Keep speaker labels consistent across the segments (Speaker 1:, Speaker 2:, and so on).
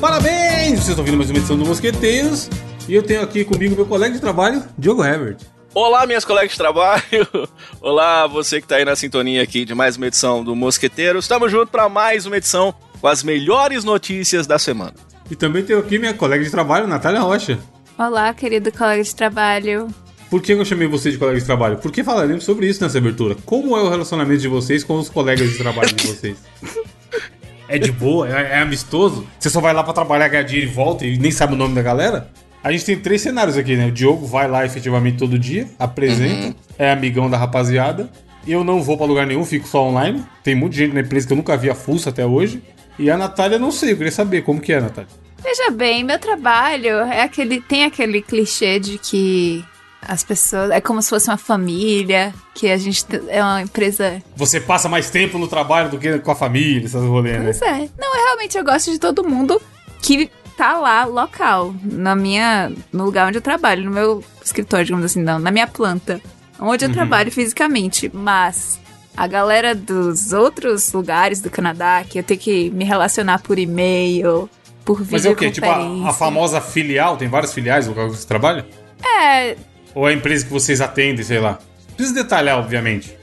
Speaker 1: parabéns! Vocês estão ouvindo mais uma edição do Mosqueteiros. E eu tenho aqui comigo meu colega de trabalho, Diogo Herbert.
Speaker 2: Olá, minhas colegas de trabalho. Olá, você que tá aí na sintonia aqui de mais uma edição do Mosqueteiros. Estamos juntos para mais uma edição com as melhores notícias da semana.
Speaker 1: E também tenho aqui minha colega de trabalho, Natália Rocha.
Speaker 3: Olá, querido colega de trabalho.
Speaker 1: Por que eu chamei você de colega de trabalho? Porque falaremos sobre isso nessa abertura. Como é o relacionamento de vocês com os colegas de trabalho de vocês? É de boa? É, é amistoso? Você só vai lá pra trabalhar, ganhar dinheiro e volta e nem sabe o nome da galera? A gente tem três cenários aqui, né? O Diogo vai lá efetivamente todo dia, apresenta, é amigão da rapaziada. Eu não vou pra lugar nenhum, fico só online. Tem muita gente na empresa que eu nunca vi a fuça até hoje. E a Natália, eu não sei, eu queria saber como que é, Natália.
Speaker 3: Veja bem, meu trabalho é aquele. Tem aquele clichê de que as pessoas. É como se fosse uma família, que a gente t- é uma empresa.
Speaker 1: Você passa mais tempo no trabalho do que com a família, essas rolês, né?
Speaker 3: Pois é. Não, eu realmente eu gosto de todo mundo que tá lá, local, na minha. no lugar onde eu trabalho, no meu escritório, digamos assim, não, na minha planta. Onde
Speaker 1: Uhum.
Speaker 3: eu trabalho fisicamente. Mas a galera dos outros lugares do Canadá, que eu tenho que me relacionar por e-mail, por
Speaker 1: Mas é o quê? Tipo, a, a
Speaker 3: videoconferência.
Speaker 1: famosa filial, tem várias filiais no lugar que você trabalha?
Speaker 3: É,
Speaker 1: Ou é a empresa que vocês atendem, sei lá? Precisa detalhar, obviamente.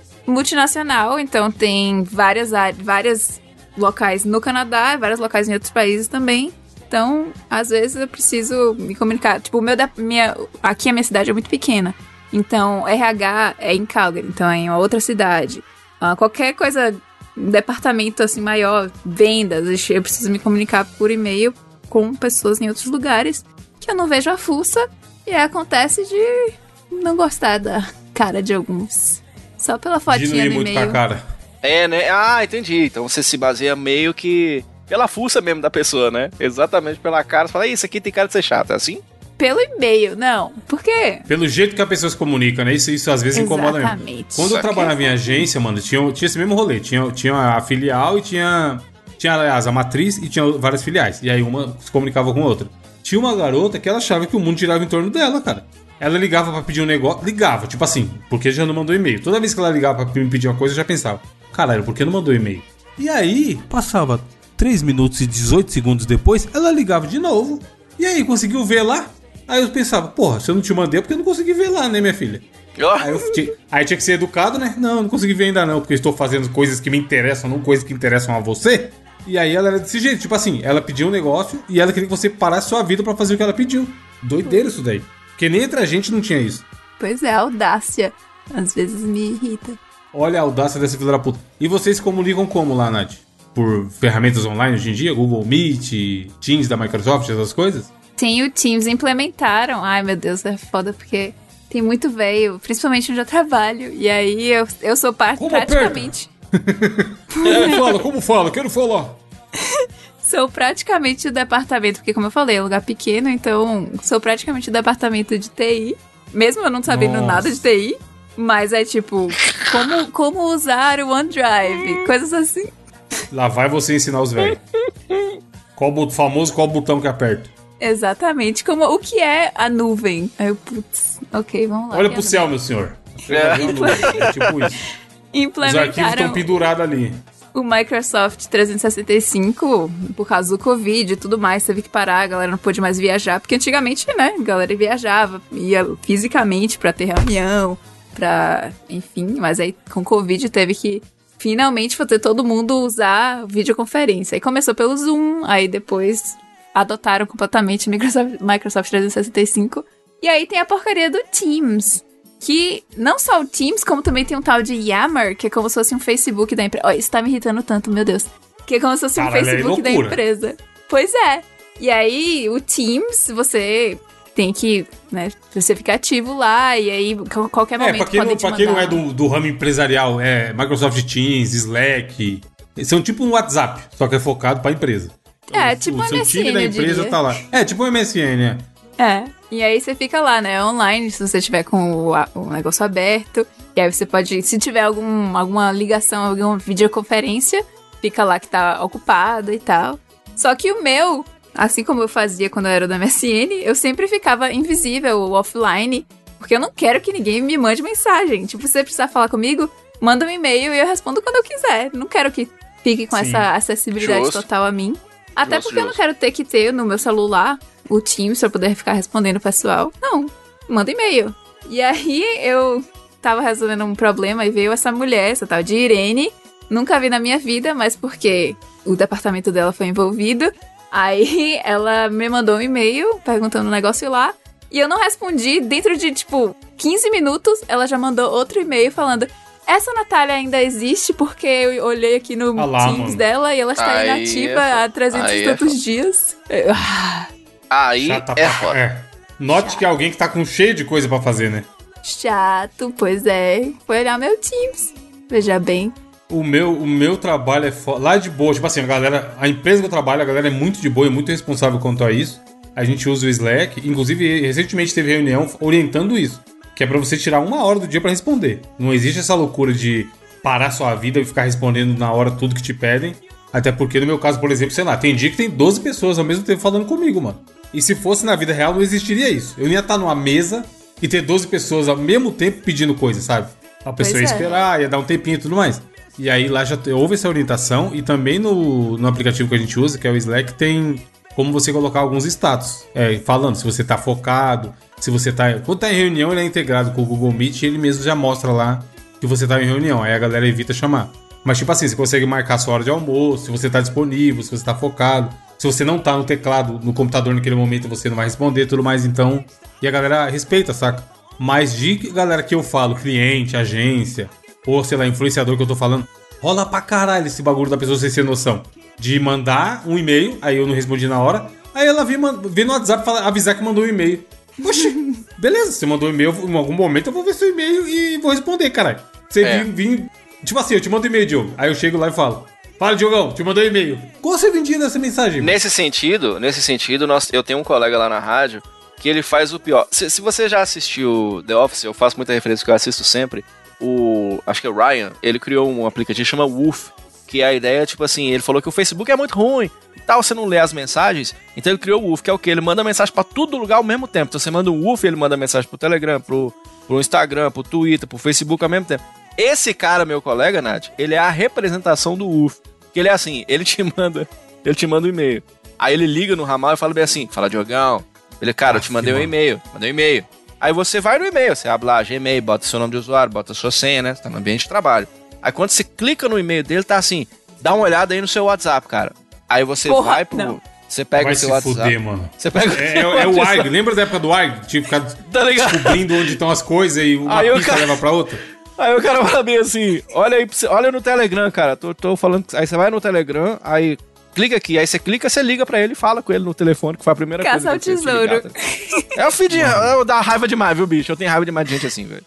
Speaker 3: multinacional, então tem várias áreas, várias locais no Canadá, vários locais em outros países também. Então, às vezes eu preciso me comunicar. Tipo, o meu da minha, aqui a minha cidade é muito pequena. Então, RH é em Calgary, então é em uma outra cidade. Ah, qualquer coisa, um departamento assim maior, vendas, eu preciso me comunicar por e-mail com pessoas em outros lugares que eu não vejo a fuça e aí acontece de não gostar da cara de alguns. Só pela fotinha
Speaker 1: Diluir
Speaker 3: no
Speaker 1: muito com a
Speaker 3: e-mail.
Speaker 1: cara.
Speaker 2: É, né? Ah, entendi. Então você se baseia meio que pela fuça mesmo da pessoa, né? Exatamente pela cara. Você fala, "Ih, isso aqui tem cara de ser chato, é assim?
Speaker 3: Pelo e-mail, não. Por quê?
Speaker 1: Pelo jeito que a pessoa se comunica, né? Isso, isso às vezes incomoda mesmo.
Speaker 3: Exatamente.
Speaker 1: Quando
Speaker 2: Só
Speaker 1: eu
Speaker 2: que-
Speaker 1: trabalho na minha agência, mano, tinha, tinha esse mesmo rolê. Tinha, tinha a filial e tinha. Tinha, aliás, a matriz e tinha várias filiais. E aí uma se comunicava com a outra. Tinha uma garota que ela achava que o mundo girava em torno dela, cara. Ela ligava pra pedir um negócio. Ligava, tipo assim, porque já não mandou e-mail. Toda vez que ela ligava pra me pedir uma coisa, eu já pensava, caralho, por que não mandou e-mail? E aí, passava 3 minutos e 18 segundos depois, ela ligava de novo. E aí, conseguiu ver lá? Aí eu pensava, porra, se eu não te mandei é porque eu não consegui ver lá, né, minha filha?
Speaker 2: Ó,
Speaker 1: Aí, eu ti- aí tinha que ser educado, né? Não, não consegui ver ainda não, porque eu estou fazendo coisas que me interessam, não coisas que interessam a você. E aí ela era desse jeito, tipo assim, ela pediu um negócio e ela queria que você parasse sua vida pra fazer o que ela pediu. Doideira isso daí. Porque nem entre a gente não tinha isso.
Speaker 3: Pois é, a audácia. Às vezes me irrita.
Speaker 1: Olha a audácia dessa filha da puta. E vocês se comunicam como lá, Nath? Por ferramentas online hoje em dia? Google Meet, Teams da Microsoft, essas coisas?
Speaker 3: Tem o Teams, implementaram. Ai, meu Deus, é foda porque tem muito velho, principalmente onde eu trabalho. E aí eu, eu sou parte
Speaker 1: Como
Speaker 3: praticamente.
Speaker 1: Como fala, como fala, quero falar.
Speaker 3: Sou praticamente o departamento, porque como eu falei, é um lugar pequeno, então sou praticamente o departamento de TI. Mesmo eu não sabendo
Speaker 1: Nossa.
Speaker 3: nada de TI, mas é tipo, como, como usar o OneDrive, coisas assim.
Speaker 1: Lá vai você ensinar os velhos. Qual o bot- famoso qual botão que aperto?
Speaker 3: Exatamente, como o que é a nuvem? Aí eu, putz, ok, vamos lá.
Speaker 1: Olha
Speaker 3: E
Speaker 1: pro
Speaker 3: a
Speaker 1: céu, meu senhor.
Speaker 2: É.
Speaker 1: É tipo isso. Os
Speaker 3: nuvem?
Speaker 1: arquivos
Speaker 3: Implementaram
Speaker 1: estão pendurados ali.
Speaker 3: é
Speaker 1: É,
Speaker 3: o Microsoft 365 por causa do Covid e tudo mais, teve que parar, a galera não pôde mais viajar, porque antigamente, né, a galera viajava, ia fisicamente pra ter reunião, pra, enfim, mas aí com Covid teve que finalmente fazer todo mundo usar videoconferência. Aí começou pelo Zoom, aí depois adotaram completamente o Microsoft, Microsoft 365. E aí tem a porcaria do Teams. Que não só o Teams, como também tem um tal de Yammer, que é como se fosse um Facebook da empresa. Ó, isso tá me irritando tanto, meu Deus. Que é como se fosse um
Speaker 1: Caralho, é
Speaker 3: Facebook da
Speaker 1: loucura.
Speaker 3: empresa. Pois é. E aí, o Teams, você tem que, né, você fica ativo lá, e aí a qualquer
Speaker 1: É,
Speaker 3: momento
Speaker 1: pra quem, não,
Speaker 3: podem te
Speaker 1: pra quem não
Speaker 3: mandar
Speaker 1: é do, do ramo empresarial, é Microsoft Teams, Slack. São tipo um WhatsApp, só que é focado pra empresa.
Speaker 3: É,
Speaker 1: O-
Speaker 3: tipo
Speaker 1: o
Speaker 3: um
Speaker 1: seu time
Speaker 3: MSN,
Speaker 1: da
Speaker 3: eu
Speaker 1: empresa
Speaker 3: diria.
Speaker 1: tá lá. É, tipo um MSN, né?
Speaker 3: É. E aí você fica lá, né? Online, se você tiver com o, a- o negócio aberto. E aí você pode, se tiver algum, alguma ligação, alguma videoconferência, fica lá que tá ocupado e tal. Só que o meu, assim como eu fazia quando eu era da MSN, eu sempre ficava invisível, offline, porque eu não quero que ninguém me mande mensagem. Tipo, se você precisar falar comigo, manda um e-mail e eu respondo quando eu quiser. Não quero que fique com
Speaker 1: Sim.
Speaker 3: essa acessibilidade
Speaker 2: Justo.
Speaker 3: total a mim. Até
Speaker 2: Justo,
Speaker 3: porque eu não
Speaker 2: justo.
Speaker 3: quero ter que ter no meu celular o Teams pra eu poder ficar respondendo o pessoal. Não, manda e-mail. E aí eu tava resolvendo um problema e veio essa mulher, essa tal de Irene. Nunca vi na minha vida, mas porque o departamento dela foi envolvido. Aí ela me mandou um e-mail perguntando um negócio lá. E eu não respondi. Dentro de, tipo, 15 minutos, ela já mandou outro e-mail falando: Essa Natália ainda existe porque eu olhei aqui no
Speaker 1: Ah lá,
Speaker 3: Teams
Speaker 1: mano.
Speaker 3: dela e ela está
Speaker 2: Aí é
Speaker 3: inativa
Speaker 2: foda.
Speaker 3: há 300
Speaker 2: Aí
Speaker 3: e
Speaker 2: é
Speaker 3: tantos dias. Eu- ah,
Speaker 2: Aí
Speaker 1: Chata
Speaker 2: é
Speaker 1: pra-
Speaker 2: foda.
Speaker 1: é. Note que é alguém que tá com cheio de coisa pra fazer, né?
Speaker 3: Chato, pois é. Foi olhar meu Teams. Veja bem.
Speaker 1: O meu, o meu trabalho é fo- lá de boa. Tipo assim, a galera, a empresa que eu trabalho, a galera é muito de boa e muito responsável quanto a isso. A gente usa o Slack, inclusive recentemente teve reunião orientando isso, que é pra você tirar uma hora do dia pra responder. Não existe essa loucura de parar sua vida e ficar respondendo na hora tudo que te pedem. Até porque no meu caso, por exemplo, sei lá, tem dia que tem 12 pessoas ao mesmo tempo falando comigo, mano. E se fosse na vida real, não existiria isso. Eu ia estar numa mesa e ter 12 pessoas ao mesmo tempo pedindo coisa, sabe? A pessoa ia
Speaker 3: Pois é.
Speaker 1: esperar ah, ia dar um tempinho e tudo mais. E aí lá já te- houve essa orientação e também no, no aplicativo que a gente usa, que é o Slack, tem como você colocar alguns status. É, falando se você tá focado, se você tá. Quando tá em reunião, ele é integrado com o Google Meet e ele mesmo já mostra lá que você tá em reunião. Aí a galera evita chamar. Mas tipo assim, você consegue marcar sua hora de almoço, se você tá disponível, se você tá focado. Se você não tá no teclado, no computador naquele momento, você não vai responder e tudo mais, então. E a galera respeita, saca? Mas de que- galera que eu falo, cliente, agência, ou sei lá, influenciador que eu tô falando, rola pra caralho esse bagulho da pessoa sem ser noção. De mandar um e-mail, aí eu não respondi na hora, aí ela vem, man- vem no WhatsApp falar, avisar que mandou um e-mail. Oxi, beleza, você mandou um e-mail, em algum momento eu vou ver seu e-mail e vou responder, caralho. Você
Speaker 2: É.
Speaker 1: vim, vim- Tipo assim, eu te mando e-mail, Diogo. Aí eu chego lá e falo. Fala, Diogão, te mandou um e-mail. Qual você vendia nessa mensagem?
Speaker 2: Nesse sentido, nesse sentido, nós, eu tenho um colega lá na rádio que ele faz o pior. Se, se você já assistiu The Office, eu faço muita referência que eu assisto sempre. O, acho que é o Ryan, ele criou um aplicativo que chama Wolf, que a ideia é tipo assim, ele falou que o Facebook é muito ruim e tal, você não lê as mensagens. Então ele criou o Wolf, que é o que ele manda mensagem pra todo lugar ao mesmo tempo. Então você manda um Wolf, ele manda mensagem pro Telegram, pro, pro Instagram, pro Twitter, pro Facebook ao mesmo tempo. Esse cara, meu colega, Nath, ele é a representação do Wolf. Que ele é assim, ele te manda, ele te manda um e-mail. Aí ele liga no ramal e fala bem assim: fala, Diogão. Ele, cara, eu te
Speaker 1: Nossa,
Speaker 2: mandei um
Speaker 1: mano.
Speaker 2: e-mail, mandei um e-mail. Aí você vai no e-mail, você abre lá Gmail, bota seu nome de usuário, bota sua senha, né? Você tá no ambiente de trabalho. Aí quando você clica no e-mail dele, tá assim: dá uma olhada aí no seu WhatsApp, cara. Aí você
Speaker 3: Porra,
Speaker 2: vai pro.
Speaker 3: não.
Speaker 2: Você pega
Speaker 1: Vai
Speaker 2: o seu
Speaker 1: se
Speaker 2: WhatsApp.
Speaker 1: fuder, mano.
Speaker 2: Você pega o
Speaker 1: É, é-
Speaker 2: seu
Speaker 1: é o
Speaker 2: WhatsApp,
Speaker 1: ARG. Lembra da época do ARG? Tinha ficado
Speaker 2: Tá ligado?
Speaker 1: descobrindo onde estão as coisas e uma
Speaker 2: Aí o
Speaker 1: pista
Speaker 2: cara-
Speaker 1: leva pra outra?
Speaker 2: Aí o cara fala bem assim, olha aí, pra você- olha no Telegram, cara, tô, tô falando, que- aí você vai no Telegram, aí clica aqui, aí você clica, você liga pra ele e fala com ele no telefone, que foi a primeira
Speaker 3: Caça
Speaker 2: coisa. que eu
Speaker 3: ao
Speaker 2: fiz, ligar,
Speaker 3: tesouro.
Speaker 2: tá? É o fim de, eu dá raiva demais, viu, bicho? Eu tenho raiva demais de gente assim, velho.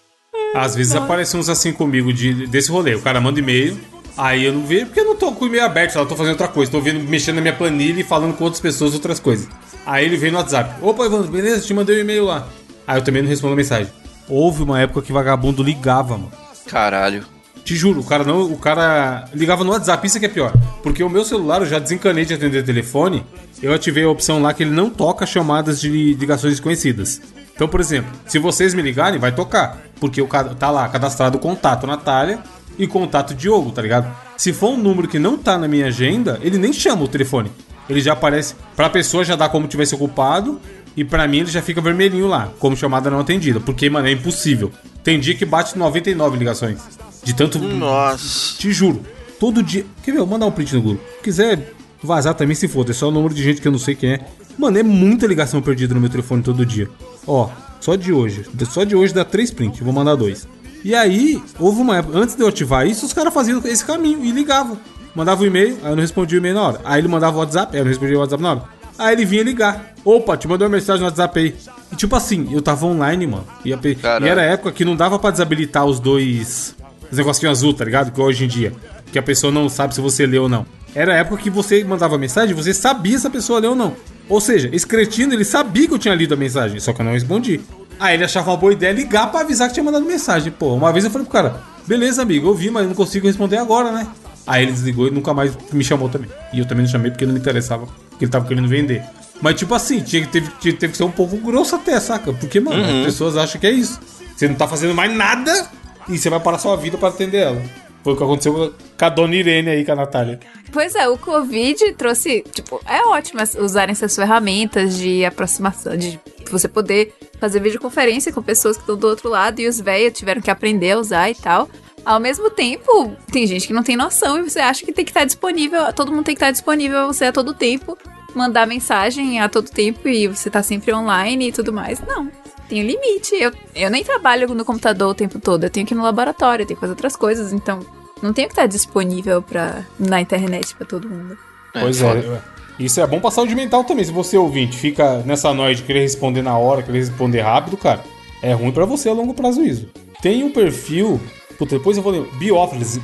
Speaker 1: Às vezes aparecem uns assim comigo de- desse rolê. O cara manda e-mail, aí eu não vejo porque eu não tô com o e-mail aberto, sei lá, eu tô fazendo outra coisa, tô vendo, mexendo na minha planilha e falando com outras pessoas outras coisas. Aí ele vem no WhatsApp. Opa, Evandro, beleza? Te mandei o e-mail lá. Aí eu também não respondo a mensagem. Houve uma época que vagabundo ligava, mano.
Speaker 2: Caralho.
Speaker 1: Te juro, o cara não, o cara ligava no WhatsApp, isso que é pior. Porque o meu celular eu já desencanei de atender telefone. Eu ativei a opção lá que ele não toca chamadas de ligações desconhecidas. Então, por exemplo, se vocês me ligarem, vai tocar, porque o ca- tá lá cadastrado o contato Natália e contato Diogo, tá ligado? Se for um número que não tá na minha agenda, ele nem chama o telefone. Ele já aparece pra pessoa já dá como tivesse ocupado e pra mim ele já fica vermelhinho lá, como chamada não atendida, porque mano, é impossível. Tem dia que bate 99 ligações. De tanto
Speaker 2: Nossa.
Speaker 1: te juro. Todo dia. Quer ver? Eu vou mandar um print no grupo. Se quiser vazar também, se foda. É só o número de gente que eu não sei quem é. Mano, é muita ligação perdida no meu telefone todo dia. Ó, só de hoje. Só de hoje dá três prints. Vou mandar dois. E aí, houve uma época. Antes de eu ativar isso, os caras faziam esse caminho e ligavam. Mandava o e-mail, aí eu não respondia o e-mail na hora. Aí ele mandava o WhatsApp, aí eu não respondia o WhatsApp na hora. Aí ele vinha ligar. Opa, te mandou uma mensagem no WhatsApp aí. E tipo assim, eu tava online, mano. E, a... pe- e
Speaker 2: Caralho.
Speaker 1: era época que não dava pra desabilitar os dois. Os negocinhos azul, tá ligado? Que hoje em dia. Que a pessoa não sabe se você leu ou não. Era a época que você mandava mensagem e você sabia se a pessoa leu ou não. Ou seja, esse cretino, ele sabia que eu tinha lido a mensagem, só que eu não respondi. Aí ele achava uma boa ideia ligar pra avisar que tinha mandado mensagem. Pô, uma vez eu falei pro cara, beleza, amigo, eu vi, mas não consigo responder agora, né? Aí ele desligou e nunca mais me chamou também. E eu também não chamei porque não me interessava, porque ele tava querendo vender. Mas tipo assim, tinha que, teve, tinha- teve que ser um pouco grosso até, saca? Porque, mano, as pessoas acham que é isso. Você não tá fazendo mais nada e você vai parar sua vida pra atender ela. Foi o que aconteceu com a dona Irene aí, com a Natália.
Speaker 3: Pois é, o Covid trouxe. Tipo, é ótimo as- usarem essas ferramentas de aproximação, de você poder fazer videoconferência com pessoas que estão do outro lado e os velhos tiveram que aprender a usar e tal. Ao mesmo tempo, tem gente que não tem noção e você acha que tem que estar disponível, todo mundo tem que estar disponível a você a todo tempo, mandar mensagem a todo tempo e você tá sempre online e tudo mais. Não. Tem um limite. Eu, eu nem trabalho no computador o tempo todo. Eu tenho que ir no laboratório, eu tenho que fazer outras coisas. Então, não tem que estar disponível pra, na internet pra todo mundo.
Speaker 1: Pois
Speaker 2: foda.
Speaker 1: é. Isso é bom pra saúde mental também. Se você ouvinte fica nessa noia de querer responder na hora, querer responder rápido, cara, é ruim pra você a longo prazo isso. Tem um perfil. Puta, depois eu vou ler. Be Officeless.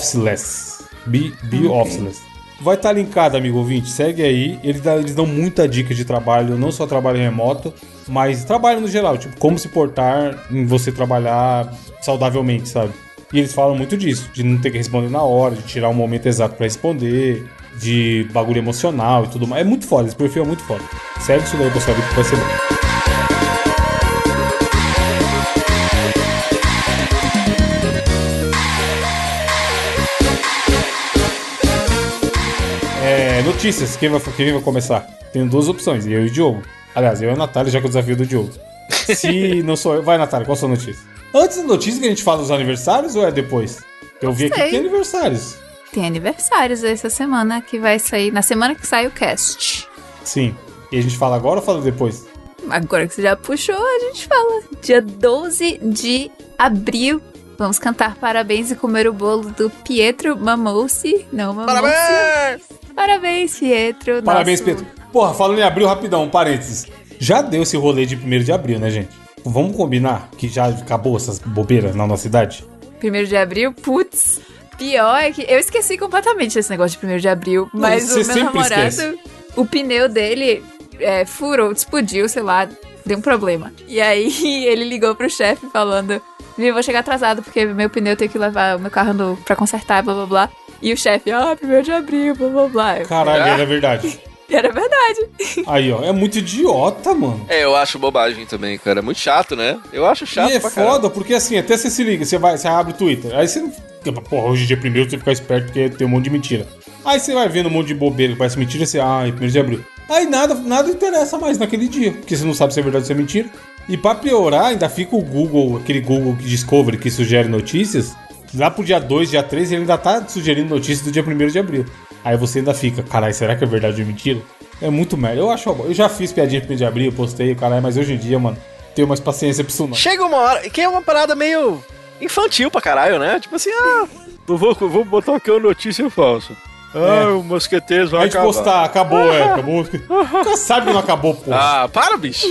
Speaker 1: Officeless. Be, be Officeless. Vai estar linkado, amigo ouvinte. Segue aí. Eles, dá- eles dão muita dica de trabalho, não só trabalho remoto, mas trabalho no geral. Tipo, como se portar em você trabalhar saudavelmente, sabe? E eles falam muito disso, de não ter que responder na hora, de tirar o momento exato pra responder, de bagulho emocional e tudo mais. É muito foda, esse perfil é muito foda. Segue isso daí pra sua vida que vai ser bom. É, notícias, quem vai, quem vai começar? Tenho duas opções, eu e o Diogo. Aliás, eu e a Natália, já que o desafio é do Diogo. Se não sou eu. Vai, Natália, qual a sua notícia? Antes da notícia que a gente fala dos aniversários ou é depois? Eu vi aqui
Speaker 3: Sei.
Speaker 1: que tem aniversários.
Speaker 3: Tem aniversários essa semana que vai sair. Na semana que sai o cast.
Speaker 1: Sim. E a gente fala agora ou fala depois?
Speaker 3: Agora que você já puxou, a gente fala. Dia 12 de abril. Vamos cantar parabéns e comer o bolo do Pietro Mamouci. Não, Mamouci.
Speaker 2: Parabéns!
Speaker 3: Parabéns, Pietro. nosso-
Speaker 1: Parabéns, Pedro. Porra, falando em abril, rapidão, um parênteses. Já deu esse rolê de 1 de abril, né, gente? Vamos combinar que já acabou essas bobeiras na nossa cidade?
Speaker 3: Primeiro de abril, putz. Pior é que eu esqueci completamente esse negócio de primeiro de abril, mas
Speaker 1: você
Speaker 3: o meu
Speaker 1: sempre
Speaker 3: namorado,
Speaker 1: esquece.
Speaker 3: o pneu dele é, furou, explodiu, sei lá, deu um problema. E aí ele ligou pro chefe falando: "Vi, vou chegar atrasado porque meu pneu tem que levar o meu carro no, pra consertar, blá blá blá. E o chefe, ah, primeiro de abril, blá blá blá. Eu-
Speaker 1: Caralho,
Speaker 2: Ah.
Speaker 1: era verdade.
Speaker 3: E era verdade.
Speaker 1: Aí, ó, é muito idiota, mano.
Speaker 2: É, eu acho bobagem também, cara. Muito chato, né? Eu acho chato
Speaker 1: e é
Speaker 2: pra
Speaker 1: foda,
Speaker 2: caralho.
Speaker 1: porque assim, até você se liga, você vai, você abre o Twitter, aí você não. fica, Porra, hoje é dia primeiro, você ficar esperto porque tem um monte de mentira. Aí você vai vendo um monte de bobeira que parece mentira, você, ai, primeiro de abril. Aí nada, nada interessa mais naquele dia, porque você não sabe se é verdade ou se é mentira. E pra piorar, ainda fica o Google, aquele Google que Discovery que sugere notícias. Lá pro dia 2, dia 3, ele ainda tá sugerindo notícias do dia 1 de abril. Aí você ainda fica, caralho, será que é verdade ou mentira? É muito merda. Eu acho, eu já fiz piadinha 1 de abril, eu postei, caralho, mas hoje em dia, mano, tenho mais paciência pra isso não.
Speaker 2: Chega uma hora, que é uma parada meio infantil pra caralho, né? Tipo assim, ah, eu vou, vou botar aqui uma notícia falsa. Ah, o mosqueteiro vai
Speaker 1: É. A gente
Speaker 2: acabar.
Speaker 1: postar, acabou, é, acabou. Você sabe que não acabou, pô.
Speaker 2: Ah, para, bicho.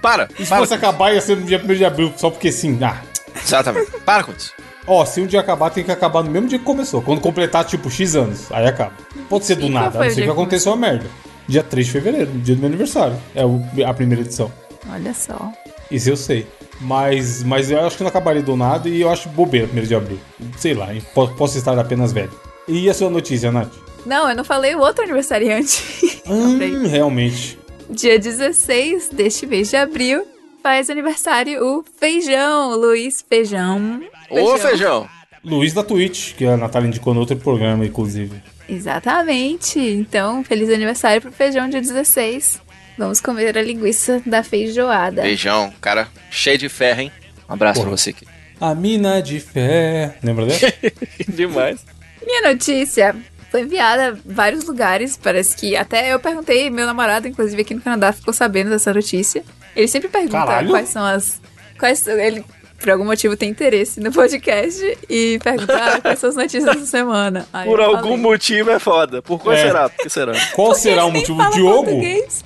Speaker 2: Para,
Speaker 1: e se
Speaker 2: para.
Speaker 1: fosse acabar, ia ser no dia 1 de abril, só porque sim. Ah.
Speaker 2: Exatamente. Para com isso.
Speaker 1: Ó, se um dia acabar, tem que acabar no mesmo dia que começou. Quando completar, tipo, X anos, aí acaba. Pode ser do
Speaker 3: E qual
Speaker 1: nada, a
Speaker 3: foi
Speaker 1: não
Speaker 3: o
Speaker 1: ser
Speaker 3: dia
Speaker 1: que
Speaker 3: que
Speaker 1: aconteça uma merda. Dia 3 de fevereiro, dia do meu aniversário. É o- a primeira edição.
Speaker 3: Olha só.
Speaker 1: Isso eu sei. Mas, mas eu acho que não acabaria do nada e eu acho bobeira 1 de abril. Sei lá, hein? Po- posso estar apenas velho. E a sua notícia, Nath?
Speaker 3: Não, eu não falei o outro aniversariante. Lembrei.
Speaker 1: Hum, realmente.
Speaker 3: Dia 16 deste mês de abril faz aniversário o Feijão, Luiz Feijão.
Speaker 2: Ô, feijão.
Speaker 1: Luiz da Twitch, que a Natália indicou no outro programa, inclusive.
Speaker 3: Exatamente. Então, feliz aniversário pro Feijão dia 16. Vamos comer a linguiça da feijoada.
Speaker 2: Feijão, cara cheio de ferro, hein? Um abraço
Speaker 1: Porra.
Speaker 2: pra você aqui.
Speaker 1: A mina de fé. Lembra dela?
Speaker 2: Demais.
Speaker 3: Minha notícia foi enviada a vários lugares, parece que até eu perguntei, meu namorado, inclusive aqui no Canadá, ficou sabendo dessa notícia. Ele sempre pergunta
Speaker 1: Caralho.
Speaker 3: quais são as. Quais, são- ele, por algum motivo, tem interesse no podcast e pergunta ah, quais são as notícias dessa semana. Aí
Speaker 2: Por
Speaker 3: eu
Speaker 2: algum
Speaker 3: falei,
Speaker 2: motivo é foda. Por qual
Speaker 1: É.
Speaker 2: será? Por que será?
Speaker 1: Qual
Speaker 3: "Por que
Speaker 1: será o
Speaker 3: eles nem
Speaker 1: motivo?
Speaker 3: falam
Speaker 1: Diogo?
Speaker 3: português?"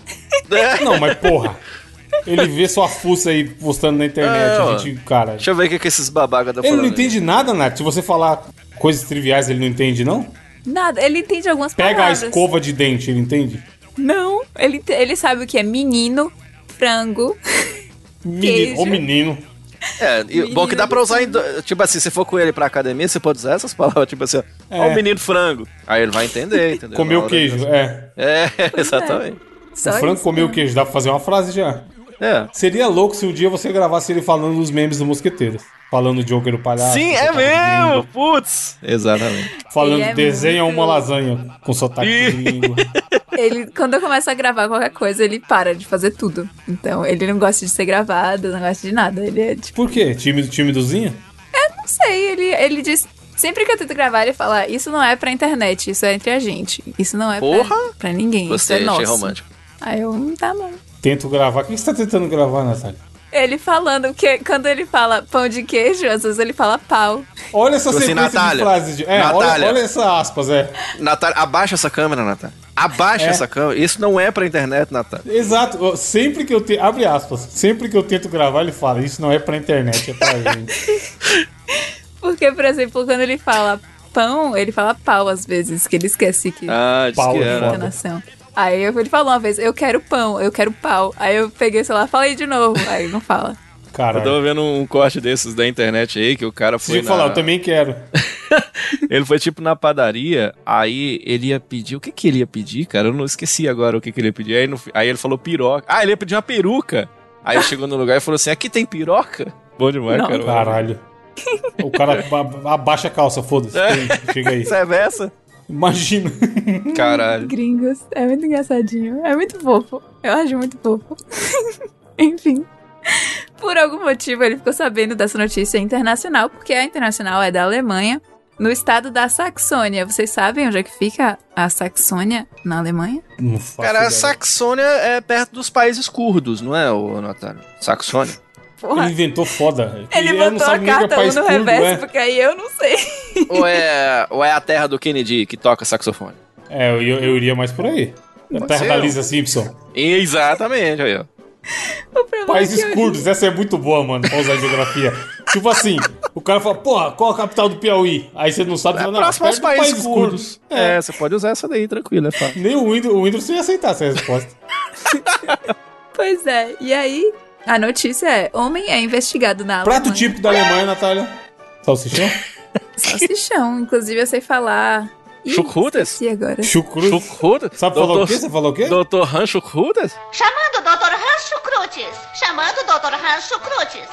Speaker 2: É.
Speaker 1: Não, mas porra. Ele vê sua fuça aí postando na internet.
Speaker 2: É,
Speaker 1: a gente, cara.
Speaker 2: Deixa eu ver o que, que esses babaca da
Speaker 1: Ele não entende nada, Nath. Se você falar coisas triviais, ele não entende, não?
Speaker 3: Nada, ele entende algumas
Speaker 1: Pega
Speaker 3: palavras.
Speaker 1: a escova de dente, ele entende?
Speaker 3: Não, ele, te- ele sabe o que é menino, frango.
Speaker 1: Menino,
Speaker 3: Queijo.
Speaker 1: ô menino.
Speaker 2: É, e, bom que dá
Speaker 3: Menino
Speaker 2: pra usar em. do- Tipo assim, se for com ele pra academia, você pode usar essas palavras. Tipo assim, ó, ó
Speaker 1: É.
Speaker 2: o menino frango. Aí ele vai entender, entendeu? Na
Speaker 1: Comeu
Speaker 2: hora
Speaker 1: queijo, é.
Speaker 2: É, exatamente.
Speaker 3: Só
Speaker 1: o Franco
Speaker 3: isso.
Speaker 1: comeu queijo, dá pra fazer uma frase já.
Speaker 2: É.
Speaker 1: Seria louco se um dia você gravasse ele falando os memes do Mosqueteiro. Falando Joker o palhaço.
Speaker 2: Sim,
Speaker 1: Ah, tá com
Speaker 2: é
Speaker 1: sotaque
Speaker 2: mesmo!
Speaker 1: gringo.
Speaker 2: Putz! Exatamente.
Speaker 1: Falando
Speaker 3: Ele é
Speaker 1: desenha
Speaker 3: muito-
Speaker 1: uma lasanha com sotaque
Speaker 2: Ih.
Speaker 1: gringo.
Speaker 3: Ele, quando eu começo a gravar qualquer coisa, ele para de fazer tudo. Então, ele não gosta de ser gravado, não gosta de nada. Ele é, tipo,
Speaker 1: Por quê? Time do time dozinho?
Speaker 3: não sei, ele, ele diz... Sempre que eu tento gravar, ele fala, isso não é pra internet, isso é entre a gente. Isso não é pra,
Speaker 2: Porra!
Speaker 3: pra ninguém,
Speaker 2: Gostei,
Speaker 3: isso é
Speaker 2: achei
Speaker 3: nosso.
Speaker 2: romântico.
Speaker 3: Aí eu, "Hum, tá bom.
Speaker 1: Tento gravar. O que você tá tentando gravar, Natália?
Speaker 3: Ele falando que quando ele fala pão de queijo, às vezes ele fala pau.
Speaker 1: Olha essa
Speaker 2: Tipo assim,
Speaker 1: sequência de
Speaker 2: Natália.
Speaker 1: frases. De... É, olha,
Speaker 2: Natália.
Speaker 1: olha essa aspas, é.
Speaker 2: Natália, abaixa essa câmera, Natália. Abaixa
Speaker 1: É.
Speaker 2: essa câmera. Isso não é pra internet, Natália.
Speaker 1: Exato. Ó, Sempre que eu tento... Abre aspas. Sempre que eu tento gravar, ele fala, isso não é pra internet, é pra gente.
Speaker 3: Porque, por exemplo, quando ele fala pão, ele fala pau às vezes, que ele esquece que
Speaker 2: Ah, diz
Speaker 1: Pau,
Speaker 2: que era.
Speaker 1: foda.
Speaker 3: entonação. Aí eu- ele falou uma vez, eu quero pão, eu quero pau. Aí eu peguei o celular, falei de novo. Aí ele não fala.
Speaker 2: Eu
Speaker 1: Caralho.
Speaker 2: tava vendo um corte desses da internet aí que o cara
Speaker 1: Se
Speaker 2: foi.
Speaker 1: eu
Speaker 2: Na...
Speaker 1: falar, eu também quero.
Speaker 2: Ele foi tipo na padaria, aí ele ia pedir. O que que ele ia pedir, cara? Eu não esqueci agora o que que ele ia pedir. Aí, no fi- aí ele falou piroca. Ah, ele ia pedir uma peruca. Aí chegou no lugar e falou assim: aqui tem piroca? Bom demais,
Speaker 3: Não.
Speaker 2: cara.
Speaker 1: Caralho. O cara ab- abaixa a calça, foda-se. Tem- Chega aí.
Speaker 2: Isso é essa?
Speaker 1: Imagina.
Speaker 2: Caralho.
Speaker 3: Gringos, é muito engraçadinho. É muito fofo. Eu acho muito fofo. Enfim. Por algum motivo, ele ficou sabendo dessa notícia internacional, porque a internacional é da Alemanha, no estado da Saxônia. Vocês sabem onde é que fica a Saxônia na Alemanha?
Speaker 1: Não faço
Speaker 2: Cara, a
Speaker 1: ideia.
Speaker 2: Saxônia é perto dos países curdos, não é, ô, Natália? Saxônia?
Speaker 1: Ele
Speaker 3: Porra.
Speaker 1: inventou foda.
Speaker 3: Ele
Speaker 1: E ela não
Speaker 3: botou a
Speaker 1: sabe nem o que é
Speaker 3: carta
Speaker 1: país
Speaker 3: 1 no
Speaker 1: curdo,
Speaker 3: reverso,
Speaker 1: é.
Speaker 3: porque aí eu não sei.
Speaker 2: ou, é, ou é a terra do Kennedy que toca saxofone?
Speaker 1: É, eu, eu iria mais por aí. Na
Speaker 2: Pode
Speaker 1: terra
Speaker 2: ser,
Speaker 1: da
Speaker 2: ó.
Speaker 1: Lisa Simpson.
Speaker 2: Exatamente, aí, ó.
Speaker 3: O problema é
Speaker 1: Países
Speaker 3: que eu-
Speaker 1: curdos, essa é muito boa, mano, pra usar em geografia. tipo assim, o cara fala, porra, qual a capital do Piauí? Aí você não sabe,
Speaker 2: É
Speaker 1: fala, não,
Speaker 2: próximo aos
Speaker 1: perto dos
Speaker 2: países, curdos.
Speaker 1: É.
Speaker 2: É. você pode usar essa daí, tranquilo, é fácil.
Speaker 1: Nem o Windows, o Windows não ia aceitar essa resposta.
Speaker 3: Pois é. E aí, a notícia é: homem é investigado na
Speaker 1: Prato
Speaker 3: Alemanha.
Speaker 1: típico da Alemanha, Natália. Salsichão?
Speaker 3: Salsichão. Inclusive, eu sei falar. Ih,
Speaker 2: Chucrutas?
Speaker 3: esqueci agora.
Speaker 1: Chucruz.
Speaker 2: Chucrutas?
Speaker 1: Sabe falar o quê? Você falou o quê?
Speaker 2: Doutor Han Chucrutas?
Speaker 4: Chamando o Dr. Rancho Crutes. Chamando o Dr. Rancho Crutes.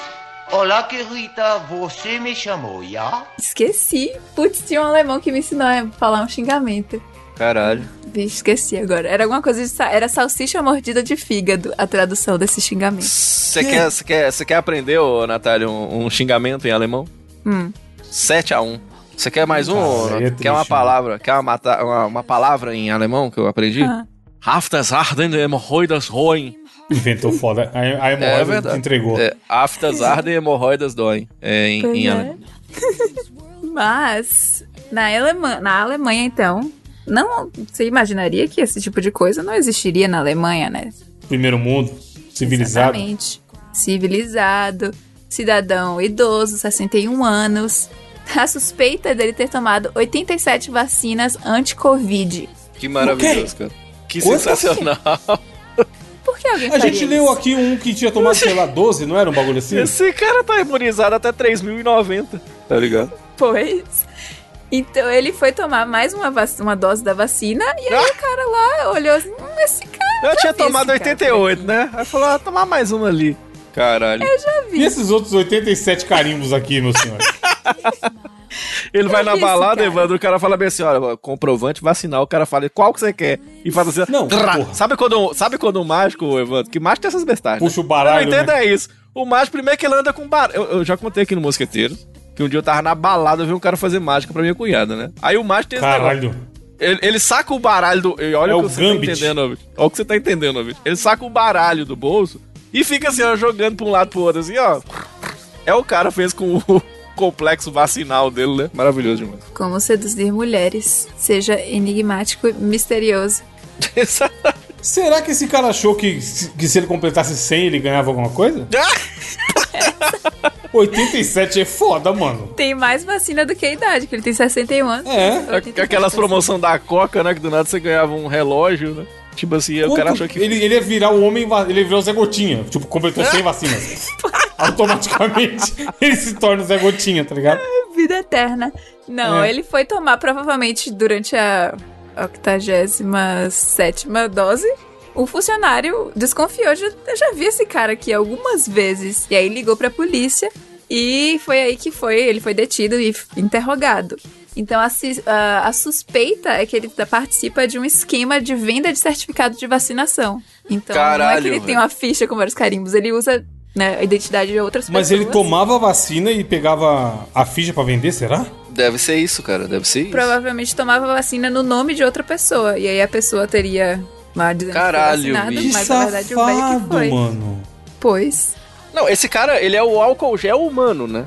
Speaker 5: Olá, querida, você me chamou, já?
Speaker 3: Esqueci. Putz, tinha um alemão que me ensinou a falar um xingamento.
Speaker 2: Caralho.
Speaker 3: Vixe, esqueci agora. Era alguma coisa de. sa- Era salsicha mordida de fígado, a tradução desse xingamento.
Speaker 2: Você quer, você quer, você quer aprender, ô, Natália, um, um xingamento em alemão?
Speaker 3: Hum.
Speaker 2: 7x1. Você quer mais um?
Speaker 1: Cara,
Speaker 2: ô,
Speaker 1: aí é
Speaker 2: Natália?
Speaker 1: triste,
Speaker 2: quer uma
Speaker 1: né?
Speaker 2: palavra? Quer uma, mata- uma, uma palavra em alemão que eu aprendi?
Speaker 3: Ah.
Speaker 2: Haftas Arden Hemorroidas Roen.
Speaker 1: Inventou foda. A, a
Speaker 2: É
Speaker 1: hemorroida
Speaker 2: verdade.
Speaker 1: te entregou.
Speaker 2: É, Haftas Arden Hemorroidas Doem. É, em,
Speaker 3: Pois
Speaker 2: em
Speaker 3: é.
Speaker 2: alemão.
Speaker 3: Mas, na, Alema- na Alemanha, então, não. Você imaginaria que esse tipo de coisa não existiria na Alemanha, né?
Speaker 1: Primeiro mundo, civilizado.
Speaker 3: Exatamente. Civilizado, cidadão idoso, 61 anos. A suspeita é dele ter tomado 87 vacinas anti-Covid.
Speaker 2: Que maravilhoso, cara. Que
Speaker 1: Quantas?
Speaker 2: sensacional.
Speaker 3: Por que alguém
Speaker 1: A
Speaker 3: faria
Speaker 1: gente
Speaker 3: isso?
Speaker 1: leu aqui um que tinha tomado, sei lá, 12, não era um bagulho assim?
Speaker 2: Esse cara tá imunizado até 3.090. Tá ligado?
Speaker 3: Pois. Então ele foi tomar mais uma, vac- uma dose da vacina e aí
Speaker 2: Ah!
Speaker 3: o cara lá olhou assim, hum, esse cara
Speaker 2: Eu tinha
Speaker 3: vi esse
Speaker 2: tomado
Speaker 3: cara por
Speaker 2: 88, né? Aí falou, ah, tomar mais uma ali. Caralho.
Speaker 1: E esses outros 87 carimbos aqui, meu senhor?
Speaker 2: Ele vai
Speaker 3: Eu
Speaker 2: na
Speaker 3: vi esse
Speaker 2: balada,
Speaker 3: cara.
Speaker 2: Evandro, o cara fala bem assim, olha, comprovante vacinal, o cara fala, qual que você quer? E faz assim,
Speaker 1: Não,
Speaker 2: trá.
Speaker 1: porra.
Speaker 2: sabe quando, sabe quando um mágico, Evandro, que mágico tem essas bestagens? né?
Speaker 1: Puxa o
Speaker 2: Eu
Speaker 1: baralho.
Speaker 2: não entendo
Speaker 1: né?
Speaker 2: é isso. O mágico, primeiro que ele anda com baralho. Eu, eu já contei aqui no Mosqueteiro, que um dia eu tava na balada, eu vi um cara fazer mágica pra minha cunhada, né? Aí o mágico tem esse negócio.
Speaker 1: Caralho.
Speaker 2: Ele, ele saca o baralho do. e Olha
Speaker 1: É
Speaker 2: o
Speaker 1: o
Speaker 2: que você
Speaker 1: Gambit.
Speaker 2: tá entendendo, Ovid. Olha o que você tá entendendo, Ovid. Ele saca o baralho do bolso e fica assim, ó, jogando pra um lado pro outro, assim, ó. É o cara fez com o complexo vacinal dele, né? Maravilhoso demais.
Speaker 3: Como seduzir mulheres, seja enigmático e misterioso.
Speaker 1: Será que esse cara achou que, se- que se ele completasse 100 ele ganhava alguma coisa? 87 é foda, mano.
Speaker 3: Tem mais vacina do que a idade, que ele tem 61 anos.
Speaker 1: É.
Speaker 2: Aqu- Aquelas promoção da Coca, né? Que do nada você ganhava um relógio, né? Tipo assim, o cara
Speaker 1: Quanto-
Speaker 2: achou que.
Speaker 1: ele, ele ia virar o homem, va- ele ia virar o Zé Gotinha. Tipo, completou
Speaker 2: Ah.
Speaker 1: 100 vacinas. Automaticamente ele se torna o Zé Gotinha, tá ligado?
Speaker 3: Vida eterna. Não,
Speaker 1: É.
Speaker 3: ele foi tomar provavelmente durante a 87 dose. O funcionário desconfiou, já, eu já vi esse cara aqui algumas vezes. E aí ligou pra polícia. E foi aí que foi, ele foi detido e f- interrogado. Então a, sis- a- a suspeita é que ele ta- participa de um esquema de venda de certificado de vacinação. Então não é
Speaker 2: Caralho,
Speaker 3: que ele tem
Speaker 2: velho.
Speaker 3: uma ficha com vários carimbos, ele usa né, a identidade de outras
Speaker 1: Mas
Speaker 3: pessoas.
Speaker 1: ele tomava a vacina e pegava a ficha pra vender, será?
Speaker 2: Deve ser isso, cara. Deve ser isso.
Speaker 3: Provavelmente tomava vacina no nome de outra pessoa. E aí a pessoa teria lá dizendo
Speaker 2: Caralho,
Speaker 3: que foi vacinado,
Speaker 2: bicho.
Speaker 1: Que
Speaker 3: mas na verdade o velho que
Speaker 1: safado,
Speaker 3: foi.
Speaker 1: mano.
Speaker 3: Pois.
Speaker 2: Não, esse cara, ele é o álcool gel humano, né?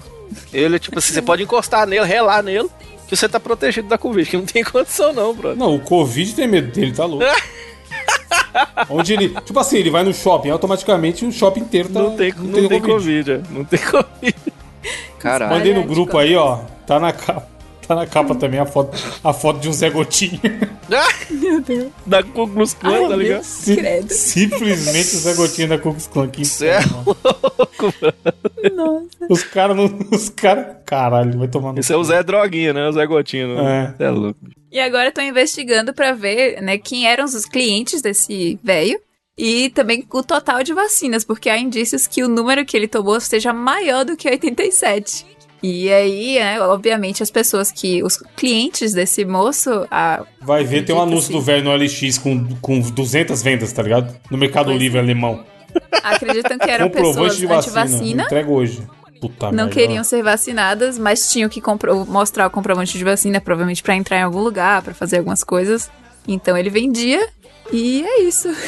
Speaker 2: Ele, tipo assim, você pode encostar nele, relar nele, que você tá protegido da Covid, que não tem condição não, brother.
Speaker 1: Não, o Covid tem medo dele, tá louco. Onde ele. Tipo assim, ele vai no shopping, automaticamente o shopping inteiro tá.
Speaker 2: Não tem, não tem Covid, é. não tem Covid. Caralho.
Speaker 1: Mandei no
Speaker 3: Olha,
Speaker 1: grupo
Speaker 3: tipo-
Speaker 1: aí, ó. Tá na capa. Tá na capa também a foto, a foto de um Zé Gotinho. Ah!
Speaker 3: Meu Deus.
Speaker 2: Da Cuclus
Speaker 1: é,
Speaker 2: Clã, tá ligado?
Speaker 1: Si-
Speaker 3: Credo.
Speaker 1: Simplesmente o Zé Gotinho da Cucus Clan aqui.
Speaker 2: Cê é
Speaker 3: Nossa.
Speaker 1: Os caras não. Os caras. Caralho, vai tomar no.
Speaker 2: Esse é o Zé Droguinha, né? O Zé Gotinho.
Speaker 1: É.
Speaker 2: Né? É. é louco.
Speaker 3: E agora estão investigando pra ver, né, quem eram os clientes desse velho e também o total de vacinas, porque há indícios que o número que ele tomou seja maior do que 87. E aí, né, obviamente, as pessoas que. Os clientes desse moço, a,
Speaker 1: Vai ver, tem um
Speaker 3: Acredito,
Speaker 1: anúncio
Speaker 3: sim.
Speaker 1: do velho no LX com, com 200 vendas, tá ligado? No Mercado
Speaker 3: Pois é.
Speaker 1: Livre alemão.
Speaker 3: acreditam que eram
Speaker 1: Comprovante
Speaker 3: pessoas
Speaker 1: de vacina. né?
Speaker 3: anti-vacina.
Speaker 1: Entrega hoje. Puta merda.
Speaker 3: não queriam ser vacinadas, mas tinham que compro- mostrar o comprovante de vacina, provavelmente pra entrar em algum lugar, pra fazer algumas coisas. Então ele vendia e é isso.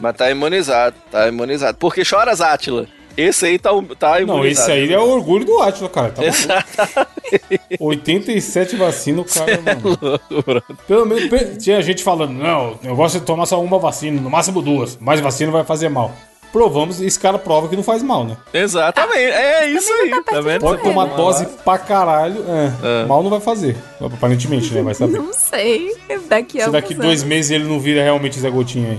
Speaker 2: Mas tá imunizado, tá imunizado. Porque chora Zátila. Esse aí tá, tá imunizado.
Speaker 1: Não, esse aí é o orgulho do Atila, cara. Tá maluco. 87 vacina, o cara, mano.
Speaker 2: Louco, bro.
Speaker 1: Pelo menos pe- tinha gente falando, não, eu gosto de tomar só uma vacina, no máximo duas. Mais vacina vai fazer mal. Provamos, esse cara prova que não faz mal, né?
Speaker 2: Exatamente, é isso aí. Tá vendo?
Speaker 1: Pode
Speaker 2: Você
Speaker 1: tomar
Speaker 2: toma
Speaker 1: dose
Speaker 2: lá.
Speaker 1: pra caralho. é, Mal não vai fazer. Aparentemente, né? Vai saber.
Speaker 3: Não sei. Daqui a
Speaker 1: Se daqui
Speaker 3: alguns
Speaker 1: dois meses ele não vira realmente Zé Gotinha aí.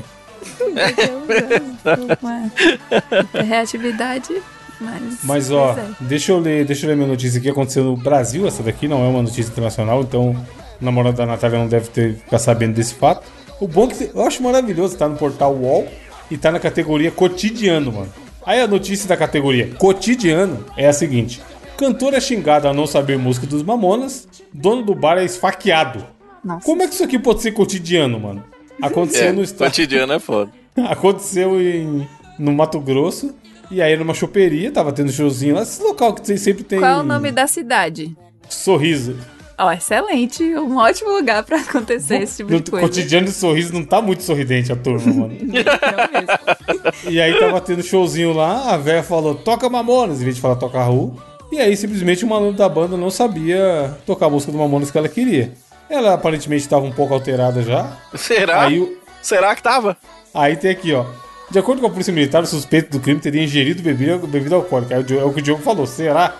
Speaker 3: anos, uma Reatividade, mas.
Speaker 1: Mas ó,
Speaker 3: pois é.
Speaker 1: deixa eu ler, deixa eu ler minha notícia aqui. Aconteceu no Brasil, essa daqui não é uma notícia internacional, então o namorado da Natália não deve ter, ficar sabendo desse fato. O bom é que eu acho maravilhoso, tá no portal UOL e tá na categoria cotidiano, mano. Aí a notícia da categoria cotidiano é a seguinte: cantor é xingado a não saber música dos mamonas, dono do bar é esfaqueado.
Speaker 3: Nossa.
Speaker 1: Como é que isso aqui pode ser cotidiano, mano? Aconteceu
Speaker 2: É,
Speaker 1: no estado.
Speaker 2: cotidiano é foda.
Speaker 1: Aconteceu em, no Mato Grosso. E aí numa choperia, tava tendo showzinho lá. Esse local que vocês sempre tem.
Speaker 3: Qual é o nome da cidade?
Speaker 1: Sorriso.
Speaker 3: Ó, excelente. Um ótimo lugar pra acontecer esse tipo de
Speaker 1: No
Speaker 3: coisa.
Speaker 1: cotidiano de sorriso não tá muito sorridente a turma, mano.
Speaker 3: Não mesmo.
Speaker 1: e aí tava tendo showzinho lá, a véia falou, toca Mamonas, em vez de falar toca Raul. E aí simplesmente o maluco da banda não sabia tocar a música do Mamonas que ela queria. Ela aparentemente tava um pouco alterada já.
Speaker 2: Será?
Speaker 1: Aí o,
Speaker 2: Será que tava?
Speaker 1: Aí tem aqui, ó. De acordo com a polícia militar, o suspeito do crime teria ingerido bebida, bebida alcoólica. É o Di- é o que o Diogo falou, será?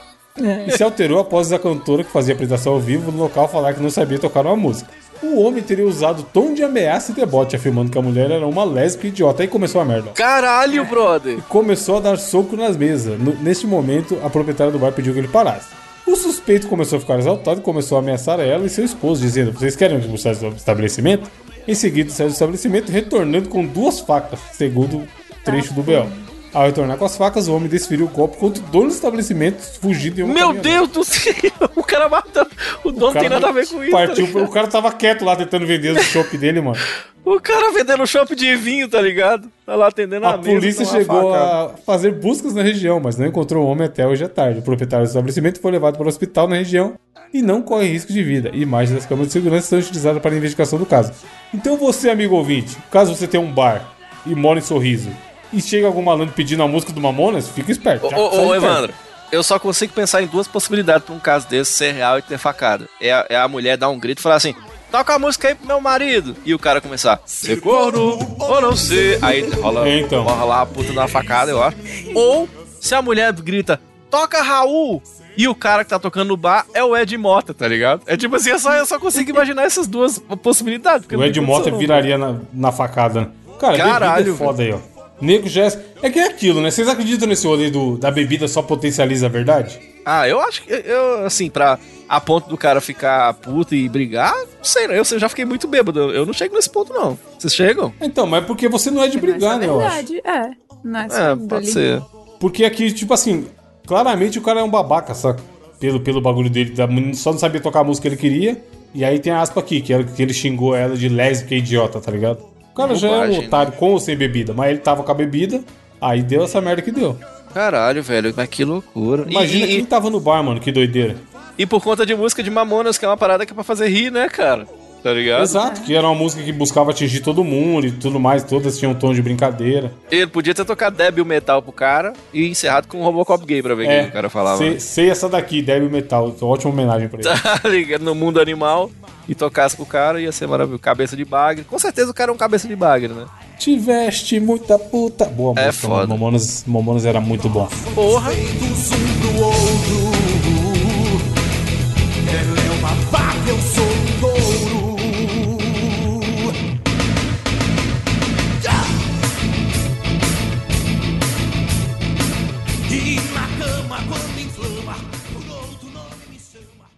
Speaker 1: E se alterou após a cantora que fazia apresentação ao vivo no local falar que não sabia tocar uma música. O homem teria usado tom de ameaça e deboche, afirmando que a mulher era uma lésbica idiota. Aí começou a merda. ó.
Speaker 2: Caralho, brother.
Speaker 1: Começou a dar soco nas mesas. No- neste momento, a proprietária do bar pediu que ele parasse. O suspeito começou a ficar exaltado e começou a ameaçar ela e seu esposo, dizendo: Vocês querem expulsar do estabelecimento? Em seguida, saiu do estabelecimento, retornando com duas facas, segundo o trecho do B.O. Ao retornar com as facas, o homem desferiu o golpe contra o dono do estabelecimento, fugindo em uma
Speaker 2: Meu
Speaker 1: caminhonete.
Speaker 2: Deus do céu, o cara matou. O dono
Speaker 1: O cara
Speaker 2: tem nada a ver com isso. tá
Speaker 1: Partiu,
Speaker 2: ligado?
Speaker 1: o cara tava quieto lá tentando vender o chopp dele, mano.
Speaker 2: O cara vendendo shopping de vinho, tá ligado? Tá lá atendendo a,
Speaker 1: A polícia chegou
Speaker 2: a.
Speaker 1: a fazer buscas na região, mas não encontrou o homem até hoje à tarde. O proprietário do estabelecimento foi levado para o hospital na região e não corre risco de vida. Imagens das câmeras de segurança são utilizadas para a investigação do caso. Então você, amigo ouvinte, caso você tenha um bar e mora em Sorriso e chega algum malandro pedindo a música do Mamonas, fica esperto.
Speaker 2: Ô,
Speaker 1: já
Speaker 2: ô,
Speaker 1: sai
Speaker 2: ô,
Speaker 1: de perto.
Speaker 2: Evandro, eu só consigo pensar em duas possibilidades pra um caso desse ser real e ter facada. É a, é a mulher dar um grito e falar assim: toca a música aí pro meu marido. E o cara começar: ser corno ou não ser. Aí rola,
Speaker 1: É, então.
Speaker 2: rola lá a puta da facada, eu acho. Ou se a mulher grita: toca Raul. E o cara que tá tocando no bar é o Ed Mota, tá ligado? É tipo assim, eu só, eu só consigo imaginar essas duas possibilidades. porque
Speaker 1: O
Speaker 2: não tem
Speaker 1: Ed Mota
Speaker 2: condição, não.
Speaker 1: viraria na, na facada. né? Cara,
Speaker 2: Caralho,
Speaker 1: bebida é foda aí, ó. Nego já... É que é aquilo, né? Vocês acreditam nesse rolê do, da bebida só potencializa a verdade?
Speaker 2: Ah, eu acho que eu, assim, pra a ponto do cara ficar puto e brigar, não sei, não. Eu, eu já fiquei muito bêbado. Eu, eu não chego nesse ponto, não. Vocês chegam?
Speaker 1: Então, mas é porque você não é de
Speaker 3: Mas
Speaker 1: brigar,
Speaker 3: é
Speaker 1: né, eu acho.
Speaker 3: verdade, é. Não é, só
Speaker 2: É,
Speaker 3: do
Speaker 2: pode
Speaker 3: ali.
Speaker 2: ser.
Speaker 1: Porque aqui, tipo assim, Claramente o cara é um babaca, saca? Pelo, pelo bagulho dele, da- só não sabia tocar a música que ele queria. E aí tem a aspa aqui, que, era, que ele xingou ela de lésbica e idiota, tá ligado? O cara já é um
Speaker 2: Bobagem, né?
Speaker 1: otário com ou sem bebida, mas ele tava com a bebida, aí deu essa merda que deu.
Speaker 2: Caralho, velho, mas que loucura. E-
Speaker 1: Imagina
Speaker 2: e,
Speaker 1: quem tava no bar, mano, que doideira.
Speaker 2: e por conta de música de Mamonas, que é uma parada que é pra fazer rir, né, cara? Tá ligado?
Speaker 1: Exato, que era uma música que buscava atingir todo mundo e tudo mais, todas tinham um tom de brincadeira.
Speaker 2: Ele podia ter tocado débil metal pro cara e encerrado com um Robocop gay pra ver o que o cara falava.
Speaker 1: Sei, sei É, essa daqui, Débil Metal, então, ótima homenagem pra ele.
Speaker 2: Tá ligado? No mundo animal e tocasse pro cara, ia ser maravilhoso. Cabeça de bagre. Com certeza o cara é um cabeça de bagre, né?
Speaker 1: Tiveste muita puta. Boa
Speaker 2: É
Speaker 1: música,
Speaker 2: foda.
Speaker 1: mano. Mamonas, Mamonas era muito bom.
Speaker 2: Porra!
Speaker 6: feitos um pro outro. Ela é uma vaca, eu sou um touro. Já! E na cama, quando inflama, por outro nome me chama.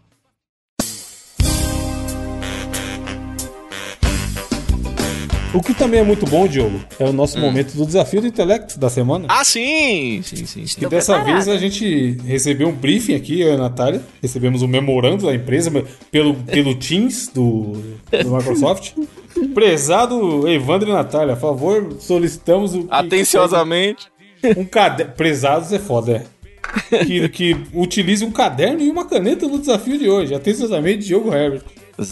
Speaker 1: O que também é muito bom, Diogo, é o nosso momento do desafio do intelecto da semana.
Speaker 2: Hum. Ah, sim! Sim, sim, sim.
Speaker 1: Que dessa
Speaker 3: preparada.
Speaker 1: vez é- a gente recebeu um briefing aqui, eu e a Natália. Recebemos um memorando da empresa mas pelo, pelo Teams do, do Microsoft. Prezado Evandro e Natália, a favor, solicitamos o. que-
Speaker 2: Atenciosamente.
Speaker 1: Um caderno. Prezados é foda, é. Que, que utilize um caderno e uma caneta no desafio de hoje. Atenciosamente, Diogo Herbert.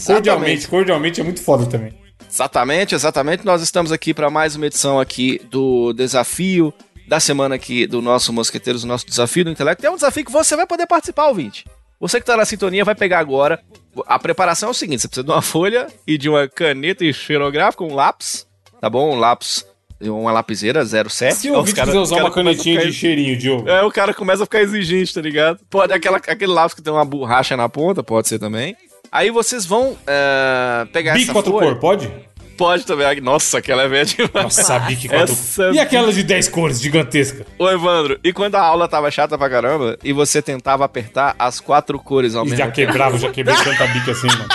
Speaker 1: Cordialmente, cordialmente é muito foda também.
Speaker 2: Exatamente, exatamente. Nós estamos aqui para mais uma edição aqui do desafio da semana aqui do nosso Mosqueteiros, o nosso desafio do intelecto. É um desafio que você vai poder participar, ouvinte. Você que está na sintonia vai pegar agora. A preparação é o seguinte: você precisa de uma folha e de uma caneta esferográfica, um lápis, tá bom? Um lápis, uma lapiseira 07.
Speaker 1: Se
Speaker 2: Ó,
Speaker 1: o
Speaker 2: É, os
Speaker 1: ouvinte
Speaker 2: cara-
Speaker 1: quiser
Speaker 2: os
Speaker 1: usar
Speaker 2: cara
Speaker 1: uma
Speaker 2: começam a
Speaker 1: canetinha
Speaker 2: ficar
Speaker 1: de cheirinho, Diogo.
Speaker 2: é, o cara começa a ficar exigente, tá ligado? Pode
Speaker 1: Uhum.
Speaker 2: aquela, aquele lápis que tem uma borracha na ponta, pode ser também. Aí vocês vão é, pegar
Speaker 1: Bic
Speaker 2: essa
Speaker 1: quatro
Speaker 2: folha.
Speaker 1: cor, pode?
Speaker 2: Pode também. Nossa, aquela é velha demais.
Speaker 1: Nossa, Bic quatro
Speaker 2: Essa-
Speaker 1: cor. E aquela de 10 cores, gigantesca.
Speaker 2: Ô, Evandro, e quando a aula tava chata pra caramba e você tentava apertar as quatro cores ao
Speaker 1: E
Speaker 2: mesmo
Speaker 1: já
Speaker 2: tempo?
Speaker 1: quebrava, já quebrei tanta bica assim, mano.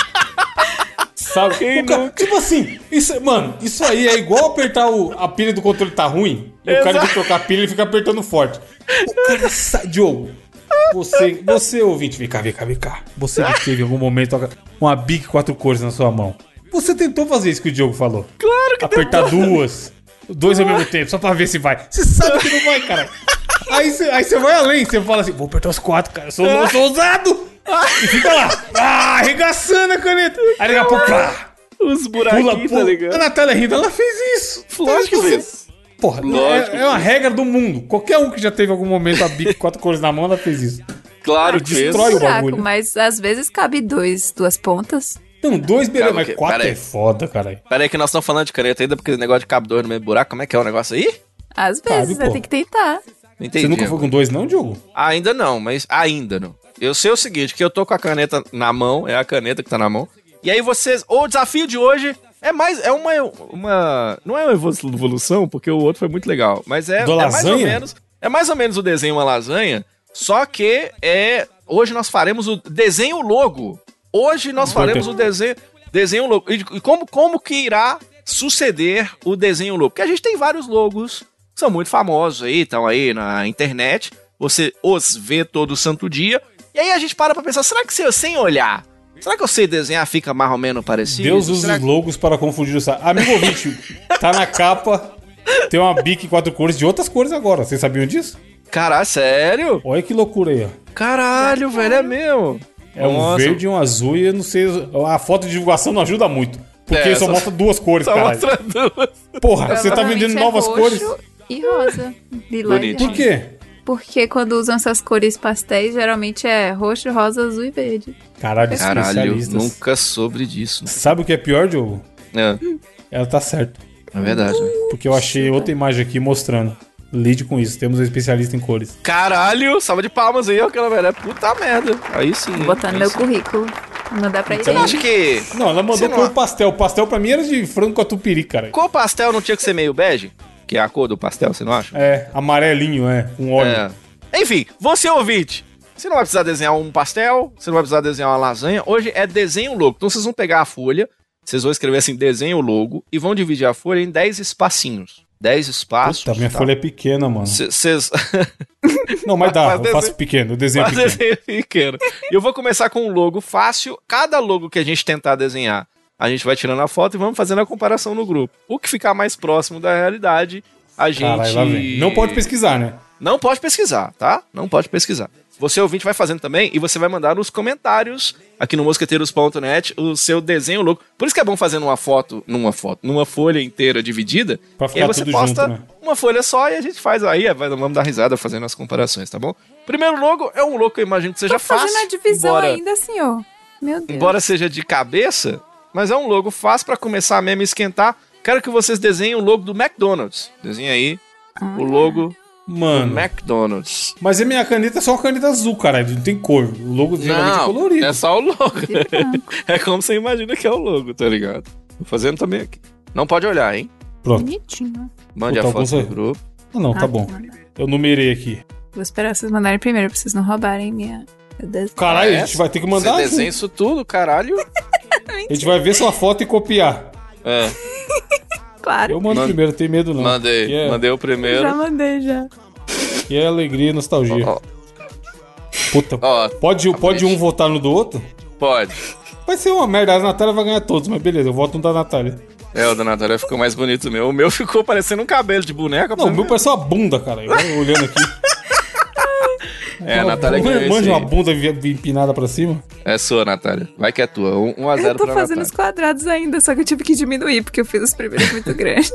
Speaker 1: Sabe?
Speaker 2: Quem
Speaker 1: O cara-
Speaker 2: nunca?
Speaker 1: tipo assim, isso, mano, isso aí é igual apertar o, a pilha do controle tá ruim. E o cara
Speaker 2: Exato.
Speaker 1: que trocar a pilha ele fica apertando forte. O cara sai. Diogo, você, você ouvinte, vem cá, vem cá, vem cá. Você que teve em algum momento uma bic quatro cores na sua mão. Você tentou fazer isso que o Diogo falou? Claro que Apertar duas. Dois ao mesmo tempo, só pra ver se vai. Você sabe que não vai, cara. Aí você aí você vai além, você fala assim: vou apertar os quatro, cara. Eu sou, eu sou ousado! E fica lá, ah, arregaçando a caneta. Aí daqui a pouco, pá,
Speaker 2: Os
Speaker 1: pula,
Speaker 2: buraquinhos, tá
Speaker 1: pula. a
Speaker 2: ligado?
Speaker 1: Natália rindo, ela fez isso.
Speaker 2: Lógico que
Speaker 1: Ela fez
Speaker 2: fez.
Speaker 1: Porra,
Speaker 2: Lógico
Speaker 1: é, é uma regra do mundo. Qualquer um que já teve algum momento a bico quatro cores na mão, ela fez isso.
Speaker 2: Claro que fez.
Speaker 1: Ah, Destrói o
Speaker 3: um Buraco,
Speaker 1: bagulho.
Speaker 3: mas às vezes cabe dois, duas pontas.
Speaker 1: Então, dois, beleza,
Speaker 2: Calma
Speaker 1: mas
Speaker 2: que-
Speaker 1: quatro
Speaker 2: pera
Speaker 1: é
Speaker 2: aí.
Speaker 1: foda, caralho.
Speaker 2: Pera aí que nós estamos falando de caneta ainda, porque esse negócio de cabo dois no mesmo buraco, como é que é o negócio aí?
Speaker 3: Às
Speaker 1: Cabe,
Speaker 3: vezes, vai
Speaker 1: pô.
Speaker 3: ter que tentar.
Speaker 2: Não entendi.
Speaker 1: Você nunca foi
Speaker 2: agora.
Speaker 1: com dois, não, Diogo?
Speaker 2: Ainda não, mas ainda não. Eu sei o seguinte, que eu tô com a caneta na mão, é a caneta que tá na mão. E aí vocês, o desafio de hoje é mais é uma uma não é uma evolu- evolução, porque o outro foi muito legal, mas é,
Speaker 1: Do
Speaker 2: é mais ou
Speaker 1: lasanha?
Speaker 2: menos, é mais ou menos o desenho uma lasanha, só que é hoje nós faremos o desenho logo. Hoje nós faremos o desenho desenho logo. E, e como como que irá suceder o desenho logo? Porque a gente tem vários logos que são muito famosos aí, estão aí na internet. Você os vê todo santo dia. E aí a gente para pra pensar, será que se eu sem olhar, será que eu sei desenhar fica mais ou menos parecido?
Speaker 1: Deus usa um-
Speaker 2: Será
Speaker 1: os logos para confundir o sa... Amigo ouvinte, tá na capa, tem uma bic quatro cores de outras cores agora. Vocês sabiam disso?
Speaker 2: que- Caralho, sério?
Speaker 1: Olha que loucura aí, ó.
Speaker 2: Caralho, velho, é meu.
Speaker 1: É um
Speaker 2: Nossa,
Speaker 1: verde e um azul e eu não sei. A foto de divulgação não ajuda muito. Porque
Speaker 2: É,
Speaker 1: só,
Speaker 2: só-
Speaker 1: mostra duas cores,
Speaker 2: Só
Speaker 1: caralho.
Speaker 2: mostra duas.
Speaker 1: Porra, você tá
Speaker 3: Provavelmente
Speaker 1: vendendo
Speaker 3: é
Speaker 1: novas
Speaker 3: roxo
Speaker 1: cores.
Speaker 3: E rosa. Lilás e
Speaker 2: Bonito.
Speaker 1: Por
Speaker 3: rosa.
Speaker 1: quê?
Speaker 3: Porque quando usam essas cores pastéis, geralmente é roxo, rosa, azul e verde.
Speaker 1: Caralho,
Speaker 2: Caralho,
Speaker 1: especialistas.
Speaker 2: nunca soube disso. né?
Speaker 1: Sabe o que é pior, Diogo?
Speaker 2: É,
Speaker 1: Ela tá certa.
Speaker 2: é verdade, né?
Speaker 1: Porque eu achei outra imagem aqui mostrando. Lide com isso, temos um especialista em cores.
Speaker 2: Caralho, salva de palmas aí, aquela velho. É puta merda. Aí sim.
Speaker 3: Vou botar no
Speaker 2: aí
Speaker 3: meu
Speaker 2: sim.
Speaker 3: currículo. Não dá pra ir.
Speaker 2: Você não acha que
Speaker 1: Não, ela
Speaker 2: Você
Speaker 1: mandou
Speaker 2: não
Speaker 1: cor
Speaker 2: a-
Speaker 1: pastel. Pastel pra mim era de frango com atupiri, cara.
Speaker 2: cor pastel não tinha que ser meio bege? Que é a cor do pastel, você não acha?
Speaker 1: É, amarelinho, é, com óleo.
Speaker 2: É. Enfim, você ouvinte, você não vai precisar desenhar um pastel, você não vai precisar desenhar uma lasanha. Hoje é desenho logo. Então vocês vão pegar a folha, vocês vão escrever assim, desenho logo, e vão dividir a folha em 10 espacinhos. 10 espaços.
Speaker 1: Puta, minha folha é pequena, mano.
Speaker 2: Vocês.
Speaker 1: Não, mas dá,
Speaker 2: Faz
Speaker 1: eu
Speaker 2: desenho.
Speaker 1: faço pequeno, eu desenho
Speaker 2: Mas
Speaker 1: pequeno.
Speaker 2: desenho pequeno. E eu vou começar com um logo fácil. Cada logo que a gente tentar desenhar, a gente vai tirando a foto e vamos fazendo a comparação no grupo. O que ficar mais próximo da realidade, a gente.
Speaker 1: Caralho, lá vem. Não pode pesquisar, né?
Speaker 2: Não pode pesquisar, tá? Não pode pesquisar. Você ouvinte vai fazendo também e você vai mandar nos comentários aqui no mosqueteiros.net o seu desenho louco. Por isso que é bom fazer numa foto, numa foto, numa folha inteira dividida.
Speaker 1: Pra
Speaker 2: e aí
Speaker 1: ficar
Speaker 2: você
Speaker 1: tudo
Speaker 2: posta
Speaker 1: junto, né?
Speaker 2: uma folha só e a gente faz aí, é, vai- vamos dar risada fazendo as comparações, tá bom? Primeiro logo é um logo que eu imagino que seja
Speaker 3: Tô fazendo
Speaker 2: fácil.
Speaker 3: a divisão
Speaker 2: embora,
Speaker 3: ainda, senhor. Meu Deus.
Speaker 2: embora seja de cabeça, mas é um logo fácil pra começar mesmo a esquentar. Quero que vocês desenhem o logo do McDonald's. Desenha aí o logo
Speaker 1: Mano.
Speaker 2: do McDonald's.
Speaker 1: Mas a minha caneta é só uma caneta azul, caralho. Não tem cor. O logo geralmente é colorido.
Speaker 2: é só o logo.
Speaker 3: Fica branco.
Speaker 2: É como você imagina que é o logo, tá ligado? Tô fazendo também aqui. Não pode olhar, hein?
Speaker 1: Pronto.
Speaker 3: Bonitinho.
Speaker 2: Mande
Speaker 1: Puta,
Speaker 2: a foto
Speaker 1: alguns-
Speaker 2: do grupo.
Speaker 1: Ah, não,
Speaker 3: Ah,
Speaker 1: tá bom. Eu numerei aqui.
Speaker 3: Vou esperar vocês mandarem primeiro pra vocês não roubarem minha. meu Deus.
Speaker 1: Caralho, a
Speaker 2: É?
Speaker 1: gente vai ter que
Speaker 2: Você
Speaker 1: mandar. junto.
Speaker 2: desenha isso tudo, caralho.
Speaker 1: A gente vai ver sua foto e copiar.
Speaker 2: É,
Speaker 3: Claro.
Speaker 1: Eu mando
Speaker 2: Mande-
Speaker 1: primeiro, não tenho medo não.
Speaker 2: mandei.
Speaker 1: Que é,
Speaker 2: Mandei o
Speaker 3: Já
Speaker 2: primeiro.
Speaker 3: mandei já.
Speaker 1: que é alegria e nostalgia.
Speaker 2: Ó,
Speaker 1: Puta.
Speaker 2: ó,
Speaker 1: Pode, pode um
Speaker 2: frente.
Speaker 1: votar no do outro?
Speaker 2: pode.
Speaker 1: Vai ser uma merda. A Natália vai ganhar todos, mas beleza, eu voto no da Natália.
Speaker 2: É, o da Natália ficou mais bonito meu. O meu ficou parecendo um cabelo de boneca.
Speaker 1: Não, o meu parece uma bunda, cara. Eu olhando aqui.
Speaker 2: É, a Natália ganhou
Speaker 1: Manja
Speaker 2: esse.
Speaker 1: uma bunda vi- vi- empinada pra cima.
Speaker 2: É sua, Natália. Vai que é tua. 1 um, um a 0
Speaker 3: Eu tô
Speaker 2: pra
Speaker 3: fazendo
Speaker 2: Natália.
Speaker 3: os quadrados ainda, só que eu tive que diminuir, porque eu fiz os primeiros muito grandes.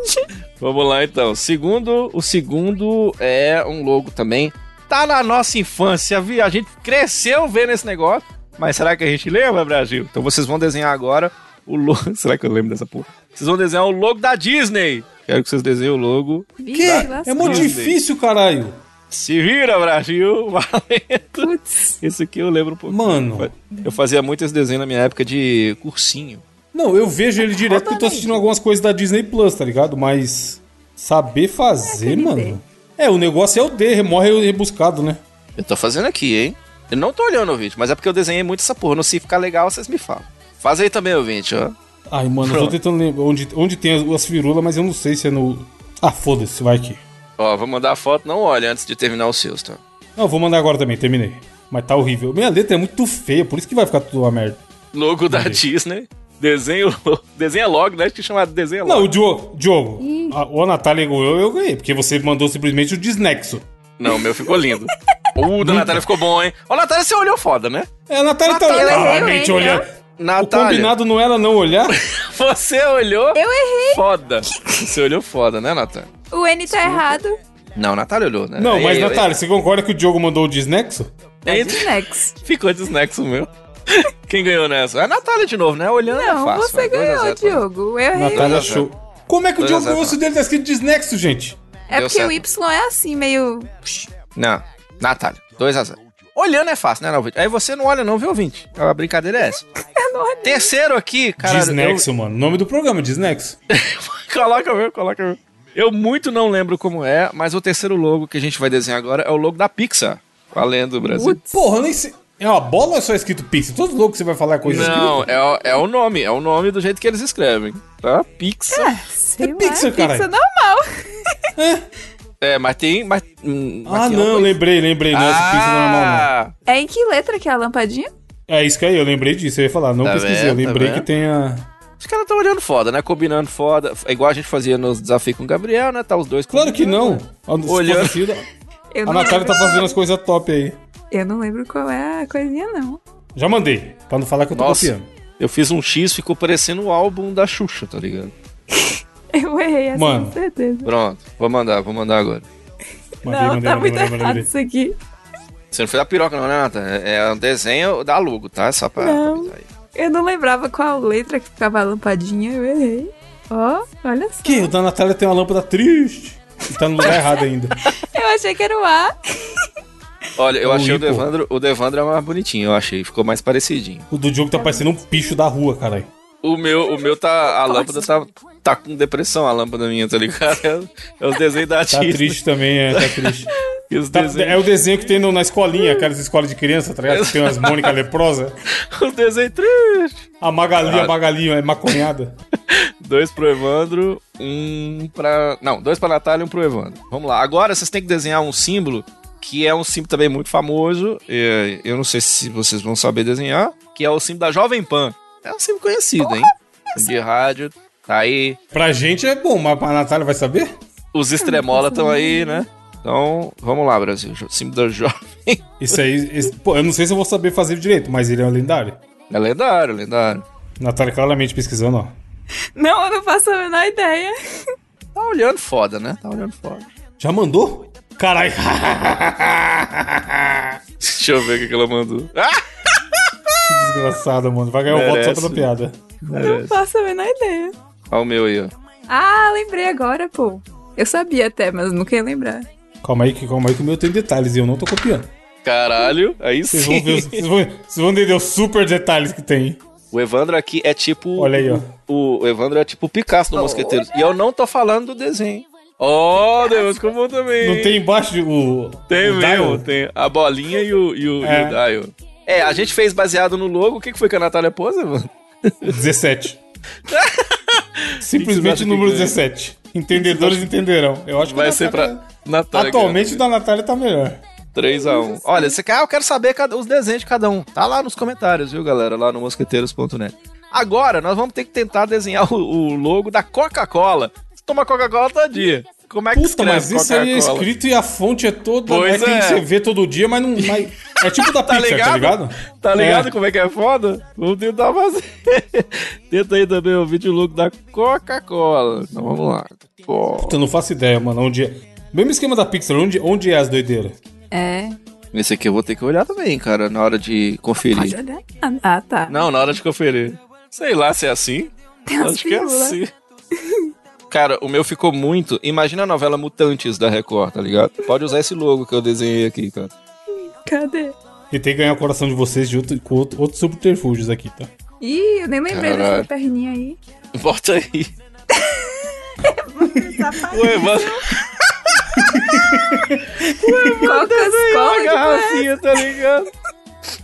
Speaker 2: Vamos lá então. Segundo, o segundo é um logo também. Tá na nossa infância, vi, a gente cresceu vendo esse negócio, mas será que a gente lembra, Brasil? Então vocês vão desenhar agora o logo. Será que eu lembro dessa porra? Vocês vão desenhar o logo da Disney. Quero que vocês desenhem o logo.
Speaker 3: Vixe,
Speaker 1: É
Speaker 3: lascou.
Speaker 1: muito
Speaker 2: Disney.
Speaker 1: difícil, caralho.
Speaker 2: Se vira, Brasil. Valendo.
Speaker 3: Putz.
Speaker 2: Esse aqui eu lembro um pouco.
Speaker 1: Mano.
Speaker 2: Eu fazia muito esse desenho na minha época de cursinho.
Speaker 1: Não, eu vejo ele direto porque eu tô assistindo algumas coisas da Disney Plus, tá ligado? Mas saber fazer, mano. É, o negócio é o D, morre o rebuscado, né?
Speaker 2: Eu tô fazendo aqui, hein? Eu não tô olhando o vídeo, mas é porque eu desenhei muito essa porra. Não sei ficar legal, vocês me falam. Faz aí também, ouvinte, ó.
Speaker 1: Ai, mano, eu tô
Speaker 2: Pronto.
Speaker 1: tentando lembrar onde, onde tem as, as firulas, mas eu não sei se é no. Ah, foda-se, vai aqui.
Speaker 2: Ó, vou mandar a foto, não olha antes de terminar os seus, tá?
Speaker 1: Não, vou mandar agora também, terminei. Mas tá horrível. Minha letra é muito feia, por isso que vai ficar tudo uma merda.
Speaker 2: Logo da Disney. Desenho. Desenha logo, né? Acho que chama desenha
Speaker 1: Não,
Speaker 2: logo.
Speaker 1: o Diogo, Diogo a, ou a Natália ganhou, eu ganhei, porque você mandou simplesmente o desnexo.
Speaker 2: Não, o meu ficou lindo. O da Natália ficou bom, hein? Ô, Natália, você olhou foda, né?
Speaker 1: É, a Natália tá
Speaker 3: Natália
Speaker 1: olhando. Ah,
Speaker 3: ganhou, né?
Speaker 1: mente
Speaker 3: hein,
Speaker 1: olhando. O
Speaker 2: Natália,
Speaker 1: combinado não era não olhar?
Speaker 2: você olhou
Speaker 3: Eu errei.
Speaker 2: foda. Você olhou foda, né, Natália?
Speaker 3: O N tá errado.
Speaker 2: Não, Natália olhou, né?
Speaker 1: Não,
Speaker 2: Aí,
Speaker 1: mas
Speaker 2: aí,
Speaker 1: Natália, você concorda que o Diogo mandou o desnexo?
Speaker 2: aí,
Speaker 3: É de Nex.
Speaker 2: Ficou desnexo meu. Quem ganhou nessa? A Natália de novo, né? Olhando é
Speaker 3: Não,
Speaker 2: fácil.
Speaker 3: você
Speaker 2: né? Dois a
Speaker 3: ganhou,
Speaker 2: zero pra
Speaker 3: Diogo. Eu errei.
Speaker 1: Natália
Speaker 2: Dois a zero.
Speaker 1: achou. Como é que o
Speaker 2: Dois a
Speaker 1: Diogo
Speaker 2: zero,
Speaker 1: ganhou se o dele tá escrito desnexo, gente?
Speaker 3: É
Speaker 2: Deu
Speaker 3: porque
Speaker 2: certo.
Speaker 3: o Y é assim, meio.
Speaker 2: Não. Natália, 2x0. Olhando é fácil, né, Nalvinte? Aí você não olha, não, viu, ouvinte? A brincadeira é essa. Terceiro aqui, cara.
Speaker 1: desnexo, mano. Nome do programa, desnexo.
Speaker 2: Coloca meu, coloca meu. Eu muito não lembro como é, mas o terceiro logo que a gente vai desenhar agora é o logo da Pixar. Valendo, Brasil.
Speaker 3: Putz.
Speaker 1: Porra, eu nem sei. É uma bola ou é só escrito Pixar? Todos loucos você vai falar coisa
Speaker 2: Não,
Speaker 1: escrita?
Speaker 2: é, o- é o nome, é o nome do jeito que eles escrevem, tá? Pixar.
Speaker 3: Sei
Speaker 1: É
Speaker 3: lá,
Speaker 1: pizza, caralho.
Speaker 3: Pizza normal.
Speaker 2: É, mas tem. Mas, hum, mas
Speaker 1: Ah,
Speaker 2: tem
Speaker 1: não,
Speaker 2: alguma-
Speaker 1: lembrei, lembrei. Não, esse Pixar não é normal,
Speaker 2: Ah,
Speaker 3: É em que letra que é a lampadinha?
Speaker 1: não. É isso que aí, eu lembrei disso. Eu ia falar, não
Speaker 2: Tá
Speaker 1: pesquisei. Eu
Speaker 2: vendo, tá
Speaker 1: lembrei que
Speaker 2: vendo?
Speaker 1: tem a.
Speaker 2: Os caras estão olhando foda, né? Combinando foda. É igual a gente fazia nos desafios com o Gabriel, né? Tá os dois
Speaker 1: Claro que não.
Speaker 2: combinando,
Speaker 1: A- se
Speaker 2: Olhando.
Speaker 1: fosse assim,
Speaker 3: Eu
Speaker 1: A
Speaker 3: não
Speaker 1: Natália
Speaker 3: lembro.
Speaker 1: tá fazendo as coisas top aí.
Speaker 3: Eu não lembro qual é a coisinha, não.
Speaker 1: Já mandei, pra não falar que eu tô
Speaker 2: Nossa,
Speaker 1: copiando.
Speaker 2: eu fiz um X, ficou parecendo o álbum da Xuxa, tá ligado?
Speaker 3: Eu errei essa,
Speaker 1: Mano.
Speaker 3: com certeza.
Speaker 2: Pronto, vou mandar, vou mandar agora.
Speaker 1: Mandei,
Speaker 3: não,
Speaker 1: mandei,
Speaker 3: tá
Speaker 1: mandei,
Speaker 3: muito
Speaker 1: mandei,
Speaker 3: errado
Speaker 1: mandei.
Speaker 3: isso aqui.
Speaker 2: Você não fez a piroca não, né, Nata? É é um desenho da logo, tá? Só pra...
Speaker 3: Não.
Speaker 2: avisar aí.
Speaker 3: Eu não lembrava qual letra que ficava a lampadinha, eu errei. Ó, olha só.
Speaker 1: Que? O da Natália tem uma lâmpada triste. E tá no lugar errado ainda.
Speaker 3: Eu achei que era o A.
Speaker 2: Olha, eu
Speaker 1: O
Speaker 2: achei o
Speaker 1: Ipo.
Speaker 2: Devandro, o Devandro é mais bonitinho, eu achei, ficou mais parecidinho.
Speaker 1: O do Diogo tá parecendo um bicho da rua, caralho.
Speaker 2: O meu, o meu tá, a lâmpada
Speaker 1: assim?
Speaker 2: tá, tá com depressão, a lâmpada minha, tá ligado? É, é os desenhos da
Speaker 1: Tá
Speaker 2: Disney.
Speaker 1: triste também, é, tá triste.
Speaker 2: E os
Speaker 1: Tá-
Speaker 2: desenhos...
Speaker 1: é o desenho que tem no- na escolinha, aquelas escolas de criança, tá ligado? Que tem umas Mônica leprosa.
Speaker 2: Os desenhos tristes.
Speaker 1: A Magali, a Magali é maconhada.
Speaker 2: Dois pro Evandro, um pra. Não, dois pra Natália e um pro Evandro. Vamos lá. Agora vocês têm que desenhar um símbolo, que é um símbolo também muito famoso. é, Eu não sei se vocês vão saber desenhar, que é o símbolo da Jovem Pan. É um símbolo conhecido, hein? De rádio. Tá aí.
Speaker 1: Pra gente é bom, mas pra Natália vai saber?
Speaker 2: Os extremola estão aí, né? Então, vamos lá, Brasil. Jo- Símbolo da Jovem.
Speaker 1: Isso aí. esse- pô, eu não sei se eu vou saber fazer direito, mas ele é um lendário.
Speaker 2: É lendário, lendário.
Speaker 1: Natália claramente pesquisando, ó.
Speaker 3: Não, eu não faço a menor ideia.
Speaker 2: Tá olhando foda, né? Tá olhando foda.
Speaker 1: Já mandou? Caralho.
Speaker 2: Deixa eu ver o que que ela mandou. Ah!
Speaker 1: Desgraçado, mano. Vai ganhar o voto só
Speaker 2: Merece.
Speaker 1: pela piada.
Speaker 3: Não faço a menor ideia.
Speaker 2: Olha o meu aí, ó.
Speaker 3: Ah, lembrei agora, pô. Eu sabia até, mas nunca ia lembrar.
Speaker 1: Calma aí, que, calma aí que o meu tem detalhes e eu não tô copiando.
Speaker 2: Caralho, aí
Speaker 1: Vocês
Speaker 2: sim.
Speaker 1: vão, ver, os- vocês, vão, vocês vão entender os super detalhes que tem.
Speaker 2: O Evandro aqui é tipo.
Speaker 1: Olha aí, ó.
Speaker 2: O, o Evandro é tipo o Picasso do Mosqueteiro. E eu não tô falando do desenho. Oh, Deus, ficou bom também.
Speaker 1: Não tem embaixo de, o.
Speaker 2: Tem
Speaker 1: o
Speaker 2: mesmo,
Speaker 1: dial?
Speaker 2: tem. A bolinha e o, e o,
Speaker 1: É.
Speaker 2: e o dial. É, a gente fez baseado no logo. O que, que foi que a Natália pôs, Evandro?
Speaker 1: 17.
Speaker 2: Vocês acham
Speaker 1: Simplesmente
Speaker 2: que
Speaker 1: o número
Speaker 2: ganha?
Speaker 1: 17. Entendedores entenderão. Eu acho que a
Speaker 2: Vai ser
Speaker 1: Natália-
Speaker 2: pra Natália. é.
Speaker 1: Atualmente o da Natália tá melhor.
Speaker 2: 3x1. Olha, você quer, ah, eu quero saber cada- os desenhos de cada um. Tá lá nos comentários, viu, galera? Lá no mosqueteiros.net. Agora, nós vamos ter que tentar desenhar o, o logo da Coca-Cola. Você toma Coca-Cola todo dia. Como é que
Speaker 1: Puta,
Speaker 2: escreve
Speaker 1: mas isso aí é
Speaker 2: Coca-Cola?
Speaker 1: escrito e a fonte é toda.
Speaker 2: Pois
Speaker 1: né,
Speaker 2: é.
Speaker 1: que você vê todo dia, mas não. mas- é tipo da
Speaker 2: Tá
Speaker 1: Pixar, tá
Speaker 2: ligado?
Speaker 1: ligado?
Speaker 2: Tá ligado
Speaker 1: É.
Speaker 2: como é que é foda? Vamos tentar fazer. Tenta aí também o vídeo logo da Coca-Cola. Então vamos lá. Co-
Speaker 1: Puta, eu não faço ideia, mano. Onde é. Mesmo esquema da Pixar, onde, onde é as doideiras?
Speaker 3: É,
Speaker 2: Esse aqui eu vou ter que olhar também, cara, na hora de
Speaker 3: pode
Speaker 2: conferir.
Speaker 3: olhar. Ah, tá.
Speaker 2: Não, na hora de conferir. Sei lá se é assim.
Speaker 3: Tem umas
Speaker 2: Acho que é
Speaker 3: pílulas.
Speaker 2: assim. Cara, o meu ficou muito. Imagina a novela Mutantes da Record, tá ligado? Pode usar esse logo que eu desenhei aqui, cara.
Speaker 3: Cadê?
Speaker 1: E tem que ganhar o coração de vocês de outro, com outro- outros subterfúgios aqui, tá?
Speaker 3: Ih, eu nem lembrei
Speaker 2: Caralho.
Speaker 3: dessa perninha aí.
Speaker 2: Bota aí. É Ué, mano, a
Speaker 3: Coca-Cola.
Speaker 2: garrafinha, tá ligado?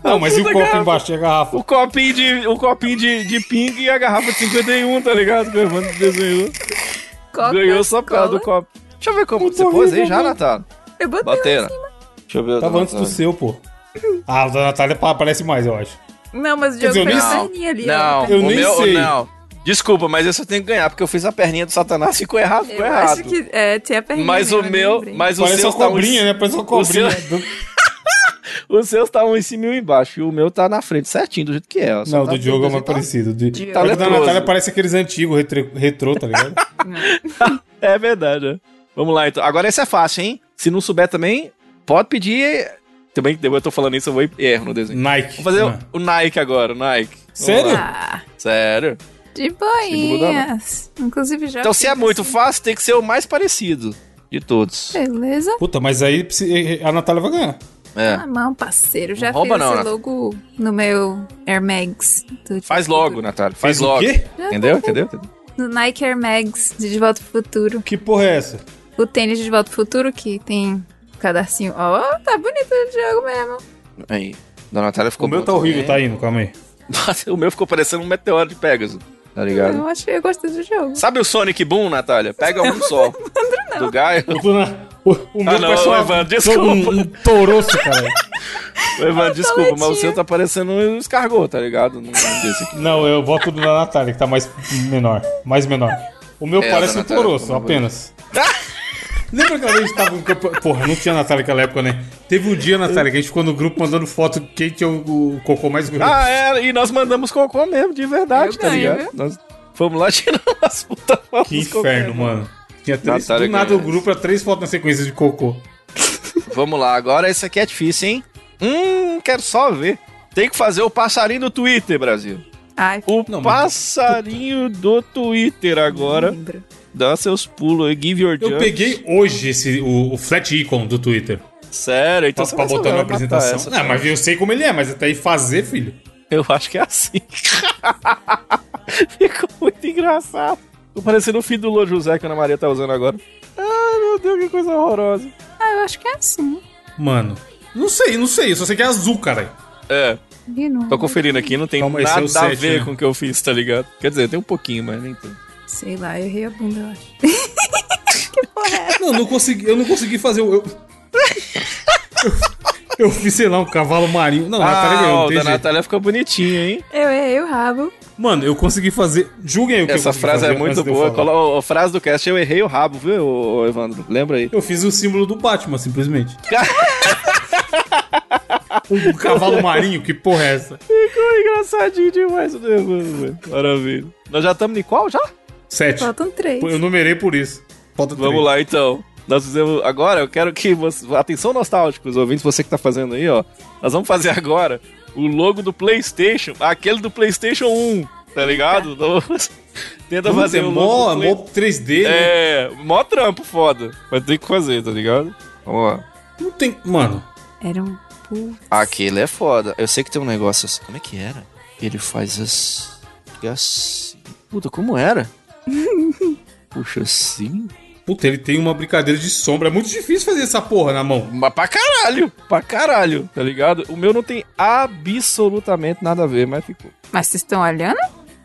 Speaker 1: Não, mas e o
Speaker 2: puta
Speaker 1: copo
Speaker 2: garrafa.
Speaker 1: embaixo e a garrafa?
Speaker 2: O copinho de, o copinho de, de ping e a garrafa de 51, tá ligado? Que o Evandro desenhou.
Speaker 3: Coca
Speaker 2: um. Ganhou só por causa do copo. Deixa eu ver como. Você pôs aí já,
Speaker 1: né?
Speaker 2: Natália?
Speaker 3: Eu botei.
Speaker 2: Batera. Deixa eu ver. o da
Speaker 1: Tava antes do
Speaker 2: Natália.
Speaker 1: seu, pô. Ah, o da Natália pa- aparece mais, eu acho.
Speaker 3: Não, mas o
Speaker 1: Quer
Speaker 3: Diogo
Speaker 1: dizer, eu nem
Speaker 3: fez a
Speaker 1: sei.
Speaker 3: perninha ali. ó.
Speaker 2: Não,
Speaker 1: Eu
Speaker 2: o
Speaker 1: nem
Speaker 2: meu,
Speaker 1: sei.
Speaker 2: Não. Desculpa, mas esse eu tenho que ganhar, porque eu fiz a perninha do Satanás, ficou errado, ficou
Speaker 3: Eu
Speaker 2: errado.
Speaker 3: acho que é, tinha a perninha.
Speaker 2: Mas
Speaker 3: mesmo,
Speaker 2: o
Speaker 3: eu
Speaker 2: meu,
Speaker 3: lembrei.
Speaker 2: mas o
Speaker 1: Parece
Speaker 2: seu
Speaker 1: uma
Speaker 2: tá um,
Speaker 1: cobrinha, né? Parece uma
Speaker 2: seu-
Speaker 1: cobrinha.
Speaker 2: o seu tá um em cima e um embaixo, e o meu tá na frente, certinho, do jeito que é. ó, só
Speaker 1: Não,
Speaker 2: tá
Speaker 1: do Diogo é mais
Speaker 2: tudo assim,
Speaker 1: parecido. De...
Speaker 3: Diogo.
Speaker 1: Mas O da
Speaker 2: Leproso.
Speaker 1: Natália parece aqueles antigos retro, retrô, tá ligado?
Speaker 2: tá? É verdade, né? Vamos lá, então. Agora esse é fácil, hein? Se não souber também, pode pedir... Também que eu tô falando isso, eu vou É, e erro no desenho.
Speaker 1: Nike.
Speaker 2: Vou fazer
Speaker 1: Ah.
Speaker 2: o, o Nike agora, o Nike. Vamos
Speaker 1: Sério?
Speaker 2: lá.
Speaker 3: Ah,
Speaker 2: Sério.
Speaker 3: de
Speaker 2: mudar,
Speaker 3: boinhas. Inclusive já.
Speaker 2: Então se é
Speaker 3: fiz
Speaker 2: muito
Speaker 3: assim.
Speaker 2: fácil, tem que ser o mais parecido de todos.
Speaker 3: Beleza?
Speaker 1: Puta, mas aí precisa- a Natália vai ganhar.
Speaker 2: É.
Speaker 3: Ah, não, parceiro. Já
Speaker 2: Não rouba
Speaker 3: fiz
Speaker 2: não, né?
Speaker 3: esse
Speaker 2: Nath.
Speaker 3: logo no meu Air Mags. do-
Speaker 2: Faz logo, Natália. Faz
Speaker 1: Fez o
Speaker 2: logo.
Speaker 1: quê?
Speaker 2: Entendeu? Entendeu?
Speaker 3: No Nike Air Mags de De Volta ao Futuro.
Speaker 1: Que porra é essa?
Speaker 3: O tênis de De Volta ao Futuro que tem o cadarcinho. Ó, tá bonito o Diogo mesmo.
Speaker 2: Aí. Da Natália ficou
Speaker 1: o meu
Speaker 2: bom
Speaker 1: tá horrível, tá
Speaker 2: também.
Speaker 1: indo, calma aí.
Speaker 2: Nossa, o meu ficou parecendo um meteoro de Pegasus. Tá ligado?
Speaker 3: Eu achei, eu gostei do jogo.
Speaker 2: Sabe o Sonic Boom, Natália? Pega um sol. Do Gaio.
Speaker 1: Eu tô na- O, o meu tá
Speaker 2: não,
Speaker 1: parece uma-
Speaker 2: Ivan, desculpa.
Speaker 1: Um, um touroço, cara.
Speaker 2: Ô, Ivan, desculpa, mas o
Speaker 3: Toletinha.
Speaker 2: seu tá parecendo um escargot, tá ligado? Não desse aqui.
Speaker 1: Não, eu voto no da Natália, que tá mais menor. Mais menor. O meu
Speaker 2: É,
Speaker 1: parece
Speaker 2: da
Speaker 1: um
Speaker 2: Natália,
Speaker 1: coroço,
Speaker 2: por favor.
Speaker 1: apenas. Lembra que a gente tava no campeonato? Porra, não tinha Natália naquela época, né? Teve um dia, Natália, que a gente ficou no grupo mandando foto de quem tinha o, o cocô mais grosso.
Speaker 2: Ah, é, e nós mandamos cocô mesmo, de verdade,
Speaker 3: Eu
Speaker 2: tá
Speaker 3: ganho,
Speaker 2: ligado?
Speaker 3: viu?
Speaker 2: Nós fomos lá tirando as putas fotos
Speaker 1: que
Speaker 2: dos cocô. né?
Speaker 1: inferno, mano. Tinha três,
Speaker 2: Natália
Speaker 1: do nada
Speaker 2: ganhou.
Speaker 1: o grupo era três fotos na sequência de cocô.
Speaker 2: Vamos lá, agora esse aqui é difícil, hein? Hum, quero só ver. Tem que fazer o passarinho do Twitter, Brasil.
Speaker 3: Ai,
Speaker 2: O
Speaker 1: Não, mas-
Speaker 2: passarinho do Twitter
Speaker 3: não
Speaker 2: agora.
Speaker 3: lembro.
Speaker 2: Dá seus pulos aí, give your
Speaker 1: Eu
Speaker 2: jump.
Speaker 1: peguei hoje esse, o, o flat icon do Twitter
Speaker 2: Sério, então
Speaker 1: pra, pra
Speaker 2: vai
Speaker 1: botar na
Speaker 2: saber matar
Speaker 1: apresentação.
Speaker 2: essa. tá
Speaker 1: não, mas eu sei como ele é, mas até aí fazer, filho.
Speaker 2: Eu acho que é assim. Ficou muito engraçado. Tô parecendo o filho do Lô José que a Ana Maria tá usando agora. Ah, meu Deus, que coisa horrorosa.
Speaker 3: Ah, eu acho que é assim.
Speaker 1: Mano, não sei, não sei. Eu só sei que é azul, cara.
Speaker 2: É,
Speaker 3: De novo.
Speaker 2: tô conferindo aqui, não tem
Speaker 1: Calma, esse
Speaker 2: nada
Speaker 1: é o
Speaker 2: a
Speaker 1: sete,
Speaker 2: ver
Speaker 1: né?
Speaker 2: com o que eu fiz, tá ligado? Quer dizer, tem um pouquinho, mas nem tanto.
Speaker 3: Sei lá, eu errei a bunda, eu acho.
Speaker 1: Não, não consegui, eu não consegui fazer o. Eu, eu, eu fiz, sei lá, um cavalo marinho. Não, Natália ganhou, não
Speaker 2: Ah, o
Speaker 1: tem
Speaker 2: da
Speaker 1: jeito.
Speaker 2: Natália ficou bonitinho, hein?
Speaker 3: Eu errei o rabo.
Speaker 1: Mano, eu consegui fazer. Julguem aí o que eu
Speaker 2: Essa
Speaker 1: consegui
Speaker 2: frase
Speaker 1: fazer
Speaker 2: é muito
Speaker 1: antes de eu
Speaker 2: boa.
Speaker 1: falar.
Speaker 2: Colo- a frase do cast, eu errei o rabo, viu, ô- ô, Evandro? Lembra aí?
Speaker 1: Eu fiz o símbolo do Batman, simplesmente. um cavalo marinho, que porra é né, essa?
Speaker 2: Ficou engraçadinho demais o Evandro, velho. Maravilha. Nós já estamos em qual já?
Speaker 1: Sete.
Speaker 3: Faltam três.
Speaker 1: Eu numerei por isso. Falta
Speaker 2: Vamos lá então. Nós fizemos agora, eu quero que você. Atenção nostálgicos, ouvintes, você que tá fazendo aí, ó. Nós vamos fazer agora o logo do PlayStation, aquele do PlayStation 1, tá ligado? Então, Tenta
Speaker 1: Vamos
Speaker 2: fazer
Speaker 1: fazer
Speaker 2: o
Speaker 1: mó,
Speaker 2: logo. do Play-
Speaker 1: mó 3D. né?
Speaker 2: É, mó trampo, foda. Mas tem que fazer, tá ligado? Vamos lá.
Speaker 1: Não tem. Mano,
Speaker 3: Era um puto.
Speaker 2: Aquele é foda. Eu sei que tem um negócio assim. Como é que era? Ele faz as. e assim. Puta, como era? Puxa, assim?
Speaker 1: puta, ele tem uma brincadeira de sombra. É muito difícil fazer essa porra na mão.
Speaker 2: Mas pra caralho! Pra caralho, tá ligado? O meu não tem absolutamente nada a ver, mas ficou.
Speaker 3: Mas vocês estão olhando?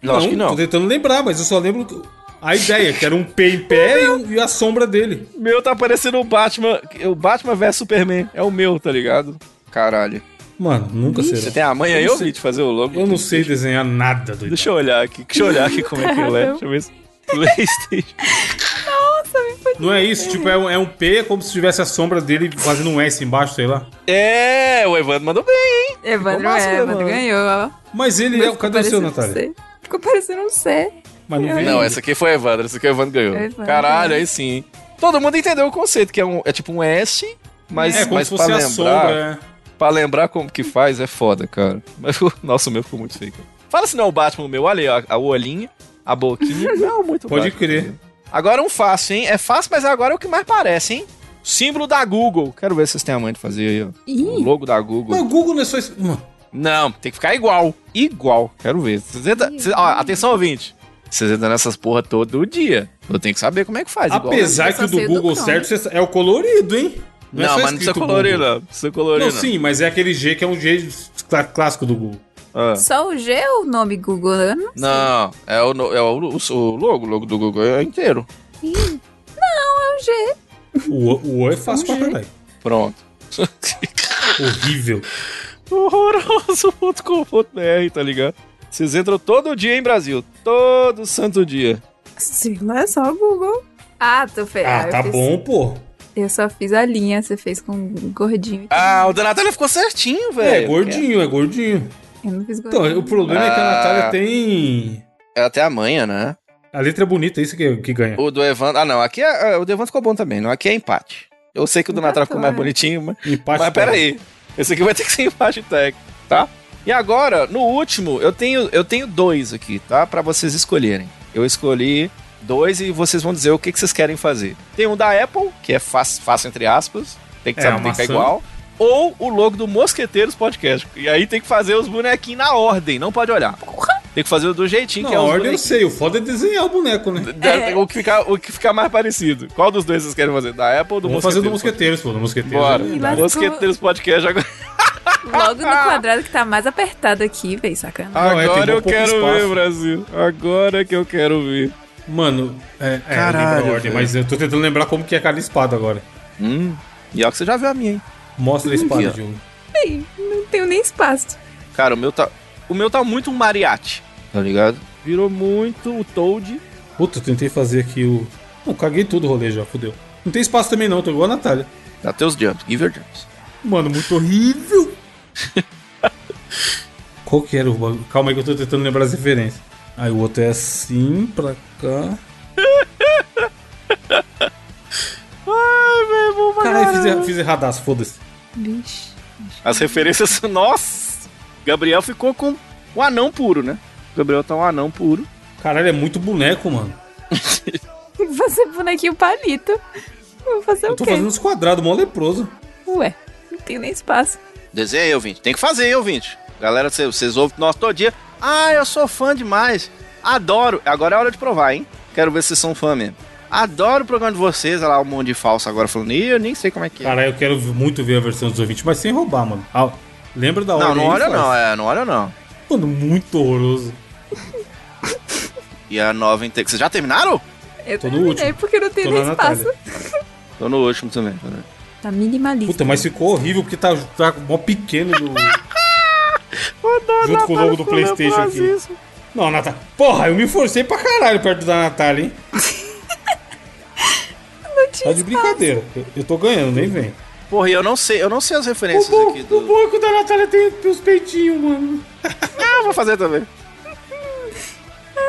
Speaker 2: Lógico que
Speaker 1: Tô
Speaker 2: não.
Speaker 1: tentando lembrar, mas eu só lembro que- a ideia, que era um pé em pé e, um- e a sombra dele.
Speaker 2: O meu tá parecendo o Batman. O Batman vs Superman. É o meu, tá ligado? Caralho.
Speaker 1: Mano, nunca
Speaker 2: Você
Speaker 1: será.
Speaker 2: tem a manha aí,
Speaker 1: Eu não
Speaker 2: eu
Speaker 1: sei.
Speaker 2: vi de fazer o logo?
Speaker 1: Eu não sei desenhar nada, doido.
Speaker 2: Deixa eu olhar aqui. Deixa eu olhar aqui como é que ele é. Deixa eu ver se. PlayStation.
Speaker 1: Não é isso, tipo, é um, é um P como se tivesse a sombra dele fazendo um S embaixo, sei lá.
Speaker 2: É, o Evandro mandou bem.
Speaker 3: Evandro,
Speaker 2: massa,
Speaker 3: é, Evandro
Speaker 2: mano.
Speaker 3: ganhou, ó.
Speaker 1: Mas ele
Speaker 3: Mas
Speaker 1: é.
Speaker 3: ficou
Speaker 1: Cadê o seu,
Speaker 3: parecendo um
Speaker 1: Natália?
Speaker 3: C. Ficou parecendo um C.
Speaker 1: Mas não vem.
Speaker 2: é Não, essa aqui foi Evandro, essa aqui o Evandro ganhou.
Speaker 3: Evandro.
Speaker 2: Caralho, aí sim. Todo mundo entendeu o conceito, que é, um, é tipo um S, mas,
Speaker 1: É, como
Speaker 2: mas
Speaker 1: se
Speaker 2: pra
Speaker 1: fosse a
Speaker 2: lembrar.
Speaker 1: sombra. é.
Speaker 2: Pra lembrar como que faz é foda, cara. Mas o nosso meu ficou muito feio. cara. Fala se não é o Batman o meu. Olha aí, ó, a olhinha, a boquinha. Não, muito
Speaker 1: Pode
Speaker 2: Batman
Speaker 1: crer.
Speaker 2: mesmo. Agora um fácil, hein? É fácil, mas agora é o que mais parece, hein? Símbolo da Google. Quero ver se vocês têm a mãe de fazer aí, ó. O
Speaker 3: Ih,
Speaker 2: logo da Google.
Speaker 1: Mas o Google não é só isso. Mano,
Speaker 2: Não, tem que ficar igual. Igual. Quero ver. Vocês entram- vocês- ó, atenção, ouvinte. Vocês entram nessas porra todo dia. Eu tenho que saber como é que faz. igual.
Speaker 1: apesar
Speaker 3: eu
Speaker 1: que
Speaker 3: só
Speaker 1: o do
Speaker 3: sei do
Speaker 1: Google
Speaker 3: Chrome.
Speaker 1: certo você sa- é o colorido, hein? é
Speaker 2: Não,
Speaker 1: só
Speaker 2: mas não precisa
Speaker 1: escrito
Speaker 2: colorir,
Speaker 1: Google.
Speaker 2: não. Não precisa colorir,
Speaker 1: Não,
Speaker 2: não.
Speaker 1: sim, mas é aquele G que é um G clá- clássico do Google.
Speaker 2: Ah.
Speaker 3: só o G é o nome Google, eu não sei.
Speaker 2: Não, é o, no- é o, o- o logo, o logo do Google é inteiro.
Speaker 3: É o G.
Speaker 1: O, O- o O é fácil pra
Speaker 3: Um G.
Speaker 1: caralho.
Speaker 2: Pronto.
Speaker 1: Horrível.
Speaker 2: Horroroso.com.br, tá ligado? Vocês entram todo dia em Brasil. Todo santo dia.
Speaker 3: Sim, não é só o Google. Ah, tô feio.
Speaker 1: Ah,
Speaker 3: eu
Speaker 1: tá
Speaker 3: fiz-
Speaker 1: bom, pô.
Speaker 3: Eu só fiz a linha, você fez com um gordinho.
Speaker 2: Ah, o da Natália ficou certinho, velho.
Speaker 1: É, gordinho, é gordinho.
Speaker 3: Eu não fiz
Speaker 1: Então,
Speaker 3: gordinho.
Speaker 1: o problema é que a
Speaker 2: Ah.
Speaker 1: Natália tem.
Speaker 2: É até amanhã, né?
Speaker 1: A letra é bonita, é isso que, que ganha.
Speaker 2: O do Evandro. Ah, não. Aqui é, é, o do Evandro ficou bom também. Não, aqui é empate. Eu sei que o do Natália ficou mais
Speaker 3: Empatou, é.
Speaker 2: bonitinho, mas.
Speaker 1: Empate.
Speaker 2: Mas pera aí, esse aqui vai ter que ser empate técnico, tá? E agora, no último, eu tenho, eu tenho dois aqui, tá? Pra vocês escolherem. Eu escolhi dois e vocês vão dizer o que, que vocês querem fazer. Tem um da Apple, que é fácil, fácil entre aspas, tem que
Speaker 1: É,
Speaker 2: saber
Speaker 1: a
Speaker 2: tem que ficar
Speaker 1: maçã.
Speaker 2: igual. Ou o logo do Mosqueteiros Podcast. E aí tem que fazer os bonequinhos na ordem, não pode olhar. Tem que fazer do jeitinho
Speaker 1: Não,
Speaker 2: que é
Speaker 1: a
Speaker 2: os
Speaker 1: ordem eu
Speaker 2: bonequinhos.
Speaker 1: sei, o foda é desenhar o boneco, né?
Speaker 3: sei.
Speaker 2: O, que fica, o que fica mais parecido. Qual dos dois vocês querem fazer? Da Apple ou do
Speaker 1: Vamos fazer o do Mosqueteiros,
Speaker 2: Mosqueteiros?
Speaker 1: pô. Do Mosqueteiros.
Speaker 2: Bora.
Speaker 1: é
Speaker 3: Mas
Speaker 1: verdade.
Speaker 2: Mosqueteiros Podcast agora.
Speaker 3: Logo no
Speaker 1: Ah!
Speaker 3: quadrado que tá mais apertado aqui, véi, sacana.
Speaker 1: Não, é, tem
Speaker 2: Agora
Speaker 1: bom
Speaker 2: eu
Speaker 1: pouco
Speaker 2: quero
Speaker 1: espaço.
Speaker 2: ver, Brasil. Agora que eu quero ver.
Speaker 1: Mano, é, é
Speaker 2: Caralho,
Speaker 1: lembra a ordem,
Speaker 2: velho.
Speaker 1: mas eu tô tentando lembrar como que é cada espada agora.
Speaker 2: Hum. E ó que você já viu a minha, hein?
Speaker 1: Mostra a espada, um.
Speaker 2: Aqui, ó.
Speaker 1: Diogo.
Speaker 3: Véi, não tenho nem espaço.
Speaker 2: Cara, o meu tá. O meu tá muito um mariachi. Tá ligado? Virou muito o Toad.
Speaker 1: Puta, eu tentei fazer aqui o. Não, caguei tudo o rolê já, fudeu. Não tem espaço também não, tô igual a Natália.
Speaker 2: Dá teus jumps, give your jumps.
Speaker 1: Mano, muito horrível. Qual que era o bagulho? Calma aí que eu tô tentando lembrar as referências. Aí o outro é assim, pra cá.
Speaker 2: Ai, meu irmão, vai
Speaker 1: Caralho, fiz,
Speaker 2: caralho.
Speaker 1: er- fiz erradaço, foda-se.
Speaker 3: Vixe.
Speaker 2: As referências. Nossa! Gabriel ficou com um anão puro, né? O Gabriel tá um anão puro.
Speaker 1: Caralho, é muito boneco, mano.
Speaker 3: Tem que fazer bonequinho palito. Vou fazer
Speaker 1: Eu
Speaker 3: É o
Speaker 1: tô
Speaker 3: quê?
Speaker 1: fazendo uns quadrados, mó leproso.
Speaker 3: Ué, não tenho nem espaço.
Speaker 2: Desenha aí, ouvinte. Tem que fazer, hein, ouvinte. Galera, vocês- vocês ouvem nós todo dia. Ah, eu sou fã demais. Adoro. Agora é hora de provar, hein? Quero ver se vocês são fã mesmo. Adoro o programa de vocês. Olha lá, um monte de falso agora falando. Ih, eu nem sei como é que é.
Speaker 1: Caralho, eu quero muito ver a versão dos ouvintes, mas sem roubar, mano. Ah, lembra da hora
Speaker 2: é, não, não olha não, é, não olha não.
Speaker 1: Mano, muito horroroso.
Speaker 2: E a nova inteira. Vocês já terminaram?
Speaker 3: Eu
Speaker 1: Tô no
Speaker 3: terminei porque não tem
Speaker 1: Tô
Speaker 3: nem
Speaker 1: na
Speaker 3: espaço.
Speaker 1: Natália.
Speaker 2: Tô no último também. peraí.
Speaker 3: Tá minimalista.
Speaker 1: Puta, mas ficou horrível porque tá, tá mó pequeno do. Junto com o logo do PlayStation aqui. Não, Natália. Porra, eu me forcei pra caralho perto da Natália, hein?
Speaker 3: Não tinha
Speaker 1: Tá de brincadeira. Eu, eu tô ganhando, nem vem.
Speaker 2: Porra, e eu não sei, eu não sei as
Speaker 1: O
Speaker 2: referências
Speaker 1: bom,
Speaker 2: aqui do.
Speaker 1: o bom é que o da Natália tem os peitinhos, mano.
Speaker 2: Ah, vou fazer também.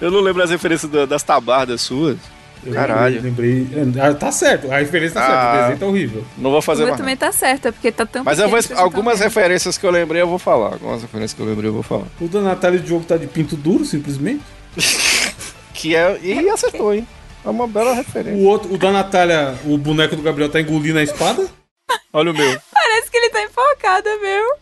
Speaker 2: eu não lembro as referências da- das tabardas suas.
Speaker 1: Eu
Speaker 2: Caralho.
Speaker 1: Lembrei. lembrei- Ah, tá certo, a referência tá
Speaker 2: Ah.
Speaker 1: certa, o desenho tá horrível.
Speaker 2: Não vou
Speaker 3: O
Speaker 2: fazer
Speaker 3: meu
Speaker 2: mais. não.
Speaker 3: também tá certo, é porque tá tão
Speaker 2: Mas eu vou.
Speaker 3: pequeno que vocês não tão
Speaker 2: Algumas
Speaker 3: vendo.
Speaker 2: referências que eu lembrei eu vou falar. Algumas referências que eu lembrei eu vou falar.
Speaker 1: O da Natália e o Diogo tá de pinto duro, simplesmente.
Speaker 2: Que é. E acertou, hein? É uma bela referência.
Speaker 1: O outro, o da Natália, o boneco do Gabriel tá engolindo a espada.
Speaker 2: Olha o meu.
Speaker 3: Parece que ele tá enfocado mesmo.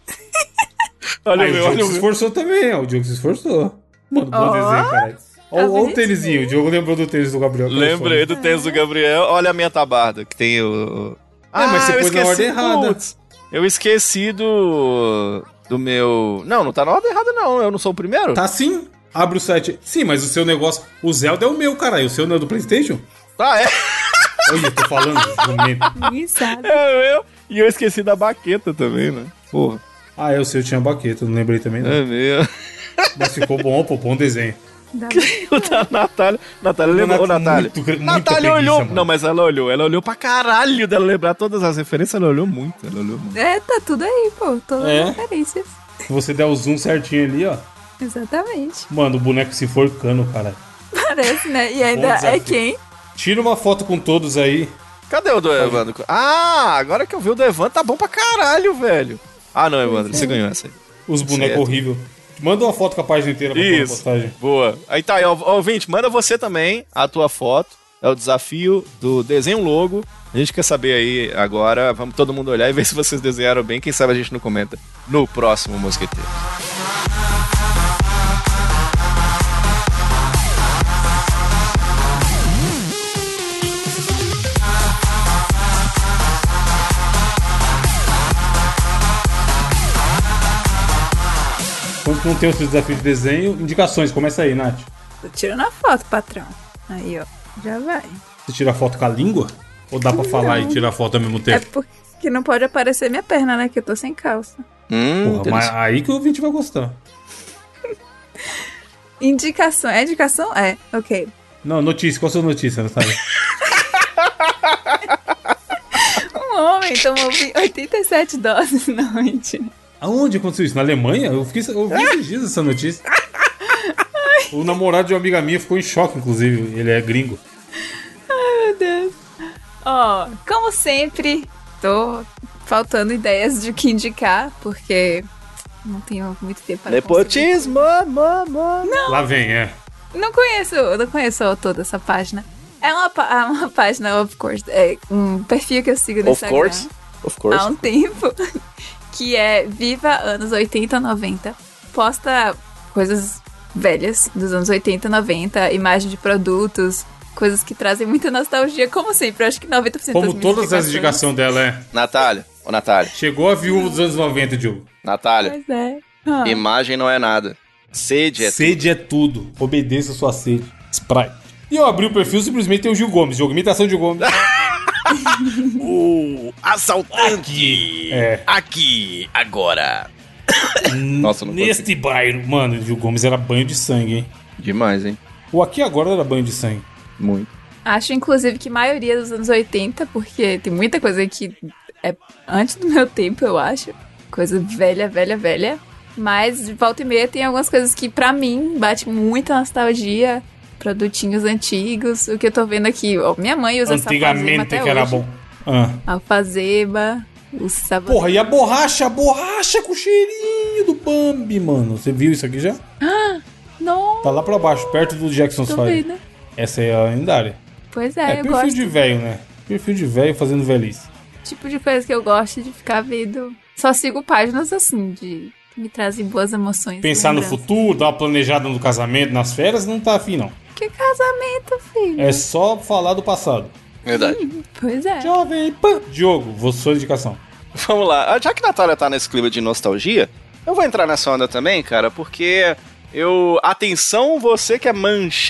Speaker 2: Olha
Speaker 1: Aí, o
Speaker 2: o meu,
Speaker 1: Diogo
Speaker 2: olha o
Speaker 1: se
Speaker 2: meu.
Speaker 1: esforçou também, ó. O Diogo se esforçou. um Mano, bom
Speaker 3: Ó,
Speaker 1: desenho, caralho. Ó,
Speaker 3: tá
Speaker 1: o- ó o
Speaker 3: bonitinho.
Speaker 1: tênisinho, o Diogo lembrou do tênis do Gabriel. que era
Speaker 2: Lembrei
Speaker 1: foda.
Speaker 2: do tênis do Gabriel. Olha a minha tabarda, que tem o. Ah,
Speaker 1: É, mas você
Speaker 2: eu
Speaker 1: pôs na ordem errada.
Speaker 2: Putz, eu esqueci do. Do meu. Não, não tá na ordem errada, não. Eu não sou o primeiro?
Speaker 1: Tá sim? Abre o site. Sim, mas o seu negócio. O Zelda é o meu, caralho. O seu não é do PlayStation?
Speaker 2: Tá, é.
Speaker 1: Olha, eu tô falando. jumento.
Speaker 3: Ninguém sabe.
Speaker 2: É meu. E eu esqueci da baqueta também, né? Porra,
Speaker 1: ah, é, o seu tinha baqueta, não lembrei também, não.
Speaker 2: é meu.
Speaker 1: Mas ficou bom, pô, bom desenho.
Speaker 3: Dá pra-
Speaker 2: O da Natália. Natália lembrou. Ô,
Speaker 1: Nat-
Speaker 2: Natália.
Speaker 1: muito gra- muita
Speaker 2: Natália
Speaker 1: preguiça,
Speaker 2: olhou.
Speaker 1: mano.
Speaker 2: Não, mas ela olhou. Ela olhou pra caralho dela lembrar todas as referências. Ela olhou muito. Ela olhou muito.
Speaker 3: É, tá tudo aí, pô. Todas
Speaker 1: É?
Speaker 3: as referências.
Speaker 1: Se você der o zoom certinho ali, ó.
Speaker 3: Exatamente.
Speaker 1: Mano, o boneco se enforcando, cara.
Speaker 3: Parece, né? E ainda é
Speaker 1: desafio.
Speaker 3: quem?
Speaker 1: Tira uma foto com todos aí.
Speaker 2: Cadê o do
Speaker 1: Tá
Speaker 2: Evandro? Ah, agora que eu vi o do Evandro, tá bom pra caralho, velho. Ah, não, Evandro, você ganhou essa aí.
Speaker 1: Os bonecos
Speaker 2: Certo.
Speaker 1: horríveis. Manda uma foto com a página inteira pra pôr na
Speaker 2: Isso.
Speaker 1: postagem.
Speaker 2: Boa. Aí tá aí, ó, ouvinte, manda você também a tua foto. É o desafio do desenho logo. A gente quer saber aí agora. Vamos todo mundo olhar e ver se vocês desenharam bem. Quem sabe a gente não comenta no próximo Mosqueteiro.
Speaker 1: Quando não tem outro desafio de desenho, indicações, começa aí, Nath.
Speaker 3: Tô tirando a foto, patrão. Aí, ó. Já vai.
Speaker 1: Você tira a foto com a língua? Ou dá pra falar e tirar a foto ao mesmo
Speaker 3: É
Speaker 1: tempo?
Speaker 3: porque não pode aparecer minha perna, né? Que eu tô sem calça.
Speaker 2: Hum,
Speaker 1: Porra, mas aí que o ouvinte vai gostar.
Speaker 3: Indicação. É indicação? É. Ok.
Speaker 1: Não, notícia, qual a sua notícia, Natália?
Speaker 3: Um homem tomou vi- 87 doses. Não, mentira.
Speaker 1: Aonde aconteceu isso? Na Alemanha? Eu fiquei eu vi esses dias essa notícia. O namorado de uma amiga minha ficou em choque, inclusive. Ele é gringo.
Speaker 3: Meu Deus. Ó, como sempre, tô faltando ideias de o que indicar, porque não tenho muito tempo para construir.
Speaker 2: Nepotismo, mano.
Speaker 1: Lá vem, é.
Speaker 3: Não conheço, eu não conheço toda essa página. É uma, pá- é uma página, of course, é um perfil que eu sigo no
Speaker 2: Of
Speaker 3: Instagram
Speaker 2: course. Of
Speaker 3: há
Speaker 2: course.
Speaker 3: um tempo, que é Viva Anos 80, 90. Posta coisas velhas dos anos 80, 90, imagem de produtos, coisas que trazem muita nostalgia, como sempre. Eu acho que 90% das
Speaker 1: Como
Speaker 3: minhas
Speaker 1: todas as
Speaker 3: indicações.
Speaker 1: indicações dela é.
Speaker 2: Natália, ô Natália,
Speaker 1: Chegou a viúva dos anos 90, Diogo.
Speaker 2: Natália,
Speaker 3: Pois é. Ah,
Speaker 2: imagem não é nada. Sede é
Speaker 1: Sede é tudo. Obedeça a sua sede. Sprite. E eu abri o perfil simplesmente tem o Gil Gomes, Diogo. Imitação de Gil Gomes.
Speaker 2: O assaltante!
Speaker 1: É.
Speaker 2: Aqui, agora! Nossa, eu não consigo.
Speaker 1: Neste bairro. Mano, Gil Gomes era banho de sangue, hein?
Speaker 2: Demais, hein?
Speaker 1: O aqui agora era banho de sangue.
Speaker 2: Muito.
Speaker 3: Acho, inclusive, que a maioria dos anos 80, porque tem muita coisa que é antes do meu tempo, eu acho. Coisa velha, velha, velha. Mas de volta e meia tem algumas coisas que, pra mim, bate muita nostalgia. Produtinhos antigos. O que eu tô vendo aqui, ó, minha mãe usa essa alfazema
Speaker 1: Antigamente
Speaker 3: até
Speaker 1: que era
Speaker 3: hoje.
Speaker 1: bom. Ah.
Speaker 3: Alfazema, o sabor.
Speaker 1: Porra, e a borracha? A borracha com o cheirinho do Bambi, mano. Você viu isso aqui já?
Speaker 3: Não,
Speaker 1: Tá lá pra baixo, perto do Jackson
Speaker 3: tô
Speaker 1: Five.
Speaker 3: vendo.
Speaker 1: Essa é a lendária.
Speaker 3: Pois
Speaker 1: É,
Speaker 3: né? é, eu
Speaker 1: perfil
Speaker 3: gosto.
Speaker 1: de velho, né? Perfil de velho fazendo velhice.
Speaker 3: Tipo de coisa que eu gosto de ficar vendo. Só sigo páginas assim, de que me trazem boas emoções.
Speaker 1: Pensar no
Speaker 3: lembranças.
Speaker 1: futuro, dar uma planejada no casamento, nas férias, não tá afim, não.
Speaker 3: Que casamento, filho?
Speaker 1: É só falar do passado.
Speaker 2: Verdade.
Speaker 3: Pois é.
Speaker 1: Jovem Pan. Diogo, você sua indicação.
Speaker 2: Vamos lá. Ah, Já que Natália tá nesse clima de nostalgia, eu vou entrar nessa onda também, cara, porque Eu. Atenção, você que é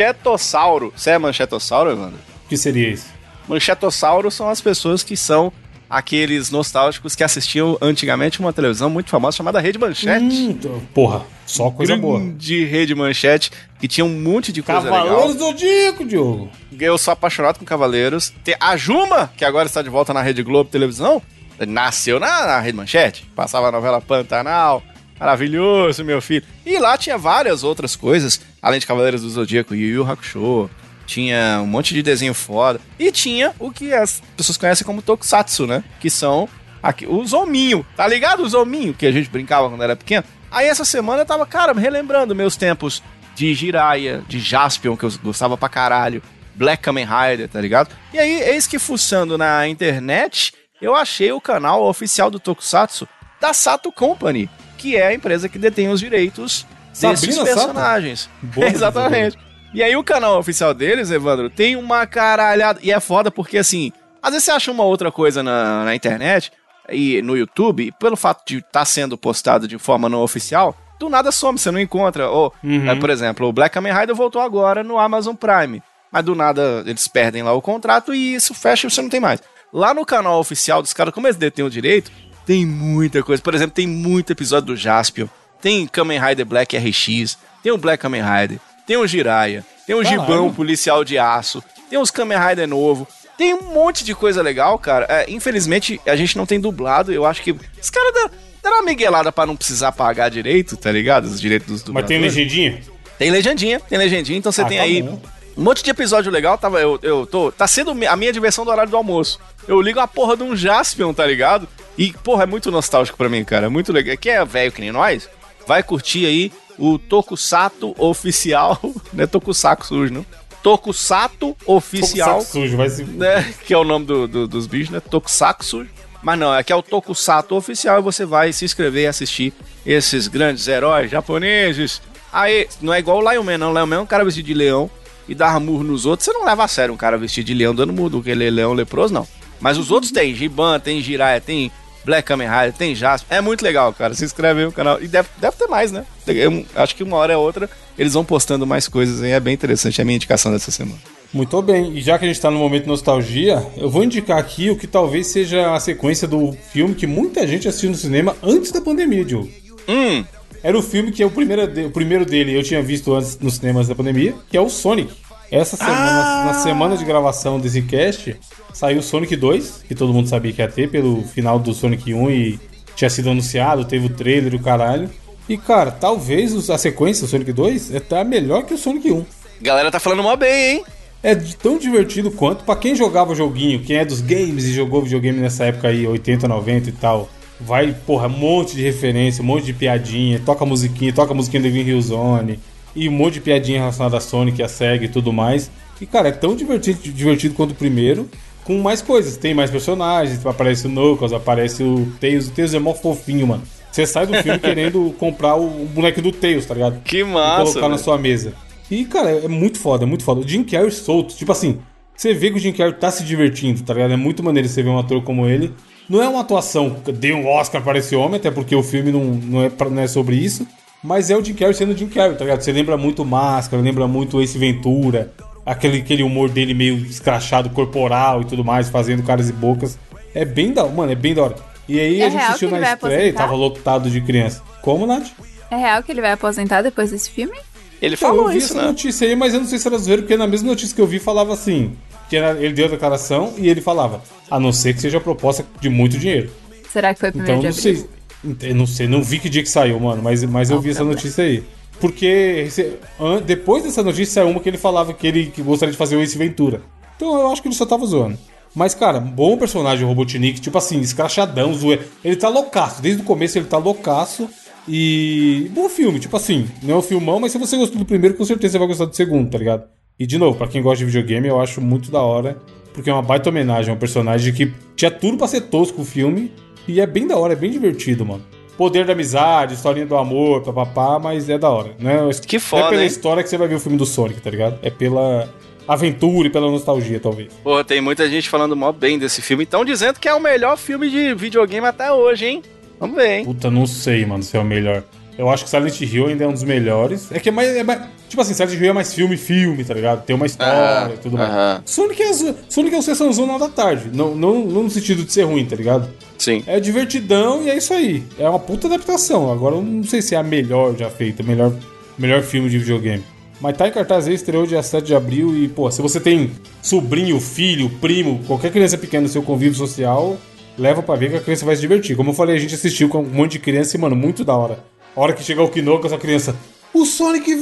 Speaker 2: manchetossauro. Você é manchetossauro, Evandro?
Speaker 1: O que seria isso?
Speaker 2: Manchetossauro são as pessoas que são aqueles nostálgicos que assistiam antigamente uma televisão muito famosa chamada Rede Manchete.
Speaker 1: Hum, tô- porra, só coisa boa.
Speaker 2: De Rede Manchete, que tinha um monte de coisa legal.
Speaker 1: Cavaleiros do Zodíaco, Diogo.
Speaker 2: Eu sou apaixonado com Cavaleiros. Tem a Juma, que agora está de volta na Rede Globo Televisão, nasceu na, na Rede Manchete. Passava a novela Pantanal. Maravilhoso, meu filho. E lá tinha várias outras coisas, além de Cavaleiros do Zodíaco, Yu Yu Hakusho. Tinha um monte de desenho foda. E tinha o que as pessoas conhecem como Tokusatsu, né? Que são aqui, os hominho. Tá ligado? Os hominho que a gente brincava quando era pequeno. Aí essa semana eu tava, cara, relembrando meus tempos de Jiraiya, de Jaspion, que eu gostava pra caralho. Black Kamen Rider, tá ligado? E aí, eis que fuçando na internet, eu achei o canal oficial do Tokusatsu da Sato Company, que é a empresa que detém os direitos desses
Speaker 1: Sabrina Sato?
Speaker 2: personagens.
Speaker 1: Boa,
Speaker 2: Exatamente. E aí o canal oficial deles, Evandro, tem uma caralhada. E é foda porque, assim, às vezes você acha uma outra coisa na, na internet e no YouTube, e pelo fato de estar sendo postado de forma não oficial, do nada some, você não encontra. Ou,
Speaker 1: Uhum.
Speaker 2: é, por exemplo, o Black Kamen Rider voltou agora no Amazon Prime. Mas do nada eles perdem lá o contrato e isso fecha e você não tem mais. Lá no canal oficial dos caras, como eles detêm o direito, tem muita coisa. Por exemplo, tem muito episódio do Jaspion. Tem Kamen Rider Black RX. Tem o Black Kamen Rider. Tem o Jiraiya. Tem o
Speaker 1: Caralho.
Speaker 2: Gibão Policial de Aço. Tem os Kamen Rider novo. Tem um monte de coisa legal, cara. É, infelizmente, a gente não tem dublado. Eu acho que os caras deram- deram uma miguelada pra não precisar pagar direito, tá ligado? Os direitos dos
Speaker 1: Mas tem
Speaker 2: dubladores.
Speaker 1: legendinha?
Speaker 2: Tem legendinha, tem legendinha, então você
Speaker 1: Ah,
Speaker 2: tem
Speaker 1: tá
Speaker 2: aí
Speaker 1: bom.
Speaker 2: um monte de episódio legal, tava, eu, eu tô, tá sendo mi- a minha diversão do horário do almoço. Eu ligo a porra de um Jaspion, tá ligado? E, porra, é muito nostálgico pra mim, cara, é muito legal. Quem é velho que nem nós, vai curtir aí o Tokusato Oficial, né, Tokusaco sujo, não? Tokusato Oficial,
Speaker 1: Pouco saco sujo, vai se...
Speaker 2: né, que é o nome do- do- dos bichos, né, Tokusaco sujo. Mas não, aqui é o Tokusato Oficial e você vai se inscrever e assistir esses grandes heróis japoneses. Aí, não é igual o Lion Man, não. O Lion Man é um cara vestido de leão e dava murro nos outros. Você não leva a sério um cara vestido de leão dando murro do que ele é leão leproso, não. Mas os outros tem Giban, tem Jiraiya, tem Black Kamen Rider, tem Jasper. É muito legal, cara. Se inscreve aí no canal. E deve, deve ter mais, né? Eu acho que uma hora é outra eles vão postando mais coisas aí. É bem interessante. É a minha indicação dessa semana.
Speaker 1: Muito bem, e já que a gente tá no momento nostalgia, eu vou indicar aqui o que talvez seja a sequência do filme que muita gente assistiu no cinema antes da pandemia, Diogo.
Speaker 2: Hum,
Speaker 1: Era o filme que é o primeiro, de- o primeiro dele eu tinha visto antes nos cinemas da pandemia, que é o Sonic. Essa semana, na semana de gravação desse cast, saiu o Sonic 2, que todo mundo sabia que ia ter, pelo final do Sonic 1 e tinha sido anunciado, teve o trailer e o caralho. E cara, talvez os- a sequência do Sonic 2 é tá melhor que o Sonic 1.
Speaker 2: galera tá falando mó bem, hein?
Speaker 1: É de- tão divertido quanto pra quem jogava joguinho, quem é dos games e jogou videogame nessa época aí, 80, 90 e tal. Vai, porra, um monte de referência, um monte de piadinha, toca musiquinha, toca musiquinha do Green Hill Zone e um monte de piadinha relacionada a Sonic, a SEG e tudo mais. E cara, é tão divertido, divertido quanto o primeiro, com mais coisas, tem mais personagens, aparece o Knuckles, aparece o Tails, o Tails é mó fofinho, mano. Você sai do filme querendo comprar o, o boneco do Tails, tá ligado?
Speaker 2: Que
Speaker 1: e
Speaker 2: massa,
Speaker 1: colocar na
Speaker 2: velho.
Speaker 1: sua mesa. E, cara, é muito foda, é muito foda. O Jim Carrey solto, tipo assim, você vê que o Jim Carrey tá se divertindo, tá ligado? É muito maneiro você ver um ator como ele. Não é uma atuação, deu um Oscar para esse homem, até porque o filme não, não, é, pra- não é sobre isso. Mas é o Jim Carrey sendo o Jim Carrey, tá ligado? Você lembra muito Máscara, lembra muito Ace Ventura, aquele, aquele humor dele meio escrachado, corporal e tudo mais, fazendo caras e bocas. É bem da mano, é bem da hora. E aí
Speaker 3: É
Speaker 1: a gente
Speaker 3: real
Speaker 1: assistiu
Speaker 3: que
Speaker 1: na
Speaker 3: ele vai
Speaker 1: estreia e
Speaker 3: aposentar?
Speaker 1: tava lotado de criança. Como, Nath?
Speaker 3: É real que ele vai aposentar depois desse filme?
Speaker 2: Ele
Speaker 1: Então, eu
Speaker 2: falou
Speaker 1: vi
Speaker 2: isso,
Speaker 1: essa
Speaker 2: né?
Speaker 1: notícia aí, mas eu não sei se era zoeiro, porque na mesma notícia que eu vi falava assim, que era- ele deu a declaração e ele falava, a não ser que seja proposta de muito dinheiro.
Speaker 3: Será que foi
Speaker 1: Então
Speaker 2: É,
Speaker 3: primeiro
Speaker 1: não
Speaker 3: de abril?
Speaker 1: sei, eu não sei, não vi que dia que saiu, mano, mas, mas eu
Speaker 2: Ah,
Speaker 3: Não,
Speaker 2: tá.
Speaker 1: vi essa
Speaker 3: também.
Speaker 1: notícia aí. Porque se- an- depois dessa notícia saiu uma que ele falava que ele que gostaria de fazer o Ace Ventura. Então eu acho que ele só tava zoando. Mas, cara, bom personagem o Robotnik, tipo assim, escrachadão, zoe. Ele tá loucaço, desde o começo ele tá loucaço. E bom filme, tipo assim, não é um filmão, mas se você gostou do primeiro, com certeza você vai gostar do segundo, tá ligado? E de novo, pra quem gosta de videogame, eu acho muito da hora, porque é uma baita homenagem a um personagem que tinha tudo pra ser tosco o filme, e é bem da hora, é bem divertido, mano. Poder da amizade, historinha do amor, papapá, mas é da hora. Né?
Speaker 2: Que foda,
Speaker 1: Não é pela
Speaker 2: hein?
Speaker 1: história que você vai ver o filme do Sonic, tá ligado? É pela aventura e pela nostalgia, talvez.
Speaker 2: Porra, tem muita gente falando mó bem desse filme. Então dizendo que é o melhor filme de videogame até hoje, hein? Vamos ver, hein?
Speaker 1: Puta, não sei, mano, se é o melhor. Eu acho que Silent Hill ainda é um dos melhores. É que é mais. é mais- tipo assim, Silent Hill é mais filme, filme, tá ligado? Tem uma história e tudo mais.
Speaker 2: Ah, aham.
Speaker 1: Sonic é, zo- Sonic é o Sessão Zona da tarde. Não, não, não no sentido de ser ruim, tá ligado?
Speaker 2: Sim.
Speaker 1: É divertidão e é isso aí. É uma puta adaptação. Agora eu não sei se é a melhor já feita, melhor, melhor filme de videogame. Mas tá em cartaz aí, estreou dia 7 de abril e, pô, se você tem sobrinho, filho, primo, qualquer criança pequena no seu convívio social, leva pra ver que a criança vai se divertir. Como eu falei, a gente assistiu com um monte de criança e, mano, muito da hora. A hora que chegar o Kinoko, essa criança... O Sonic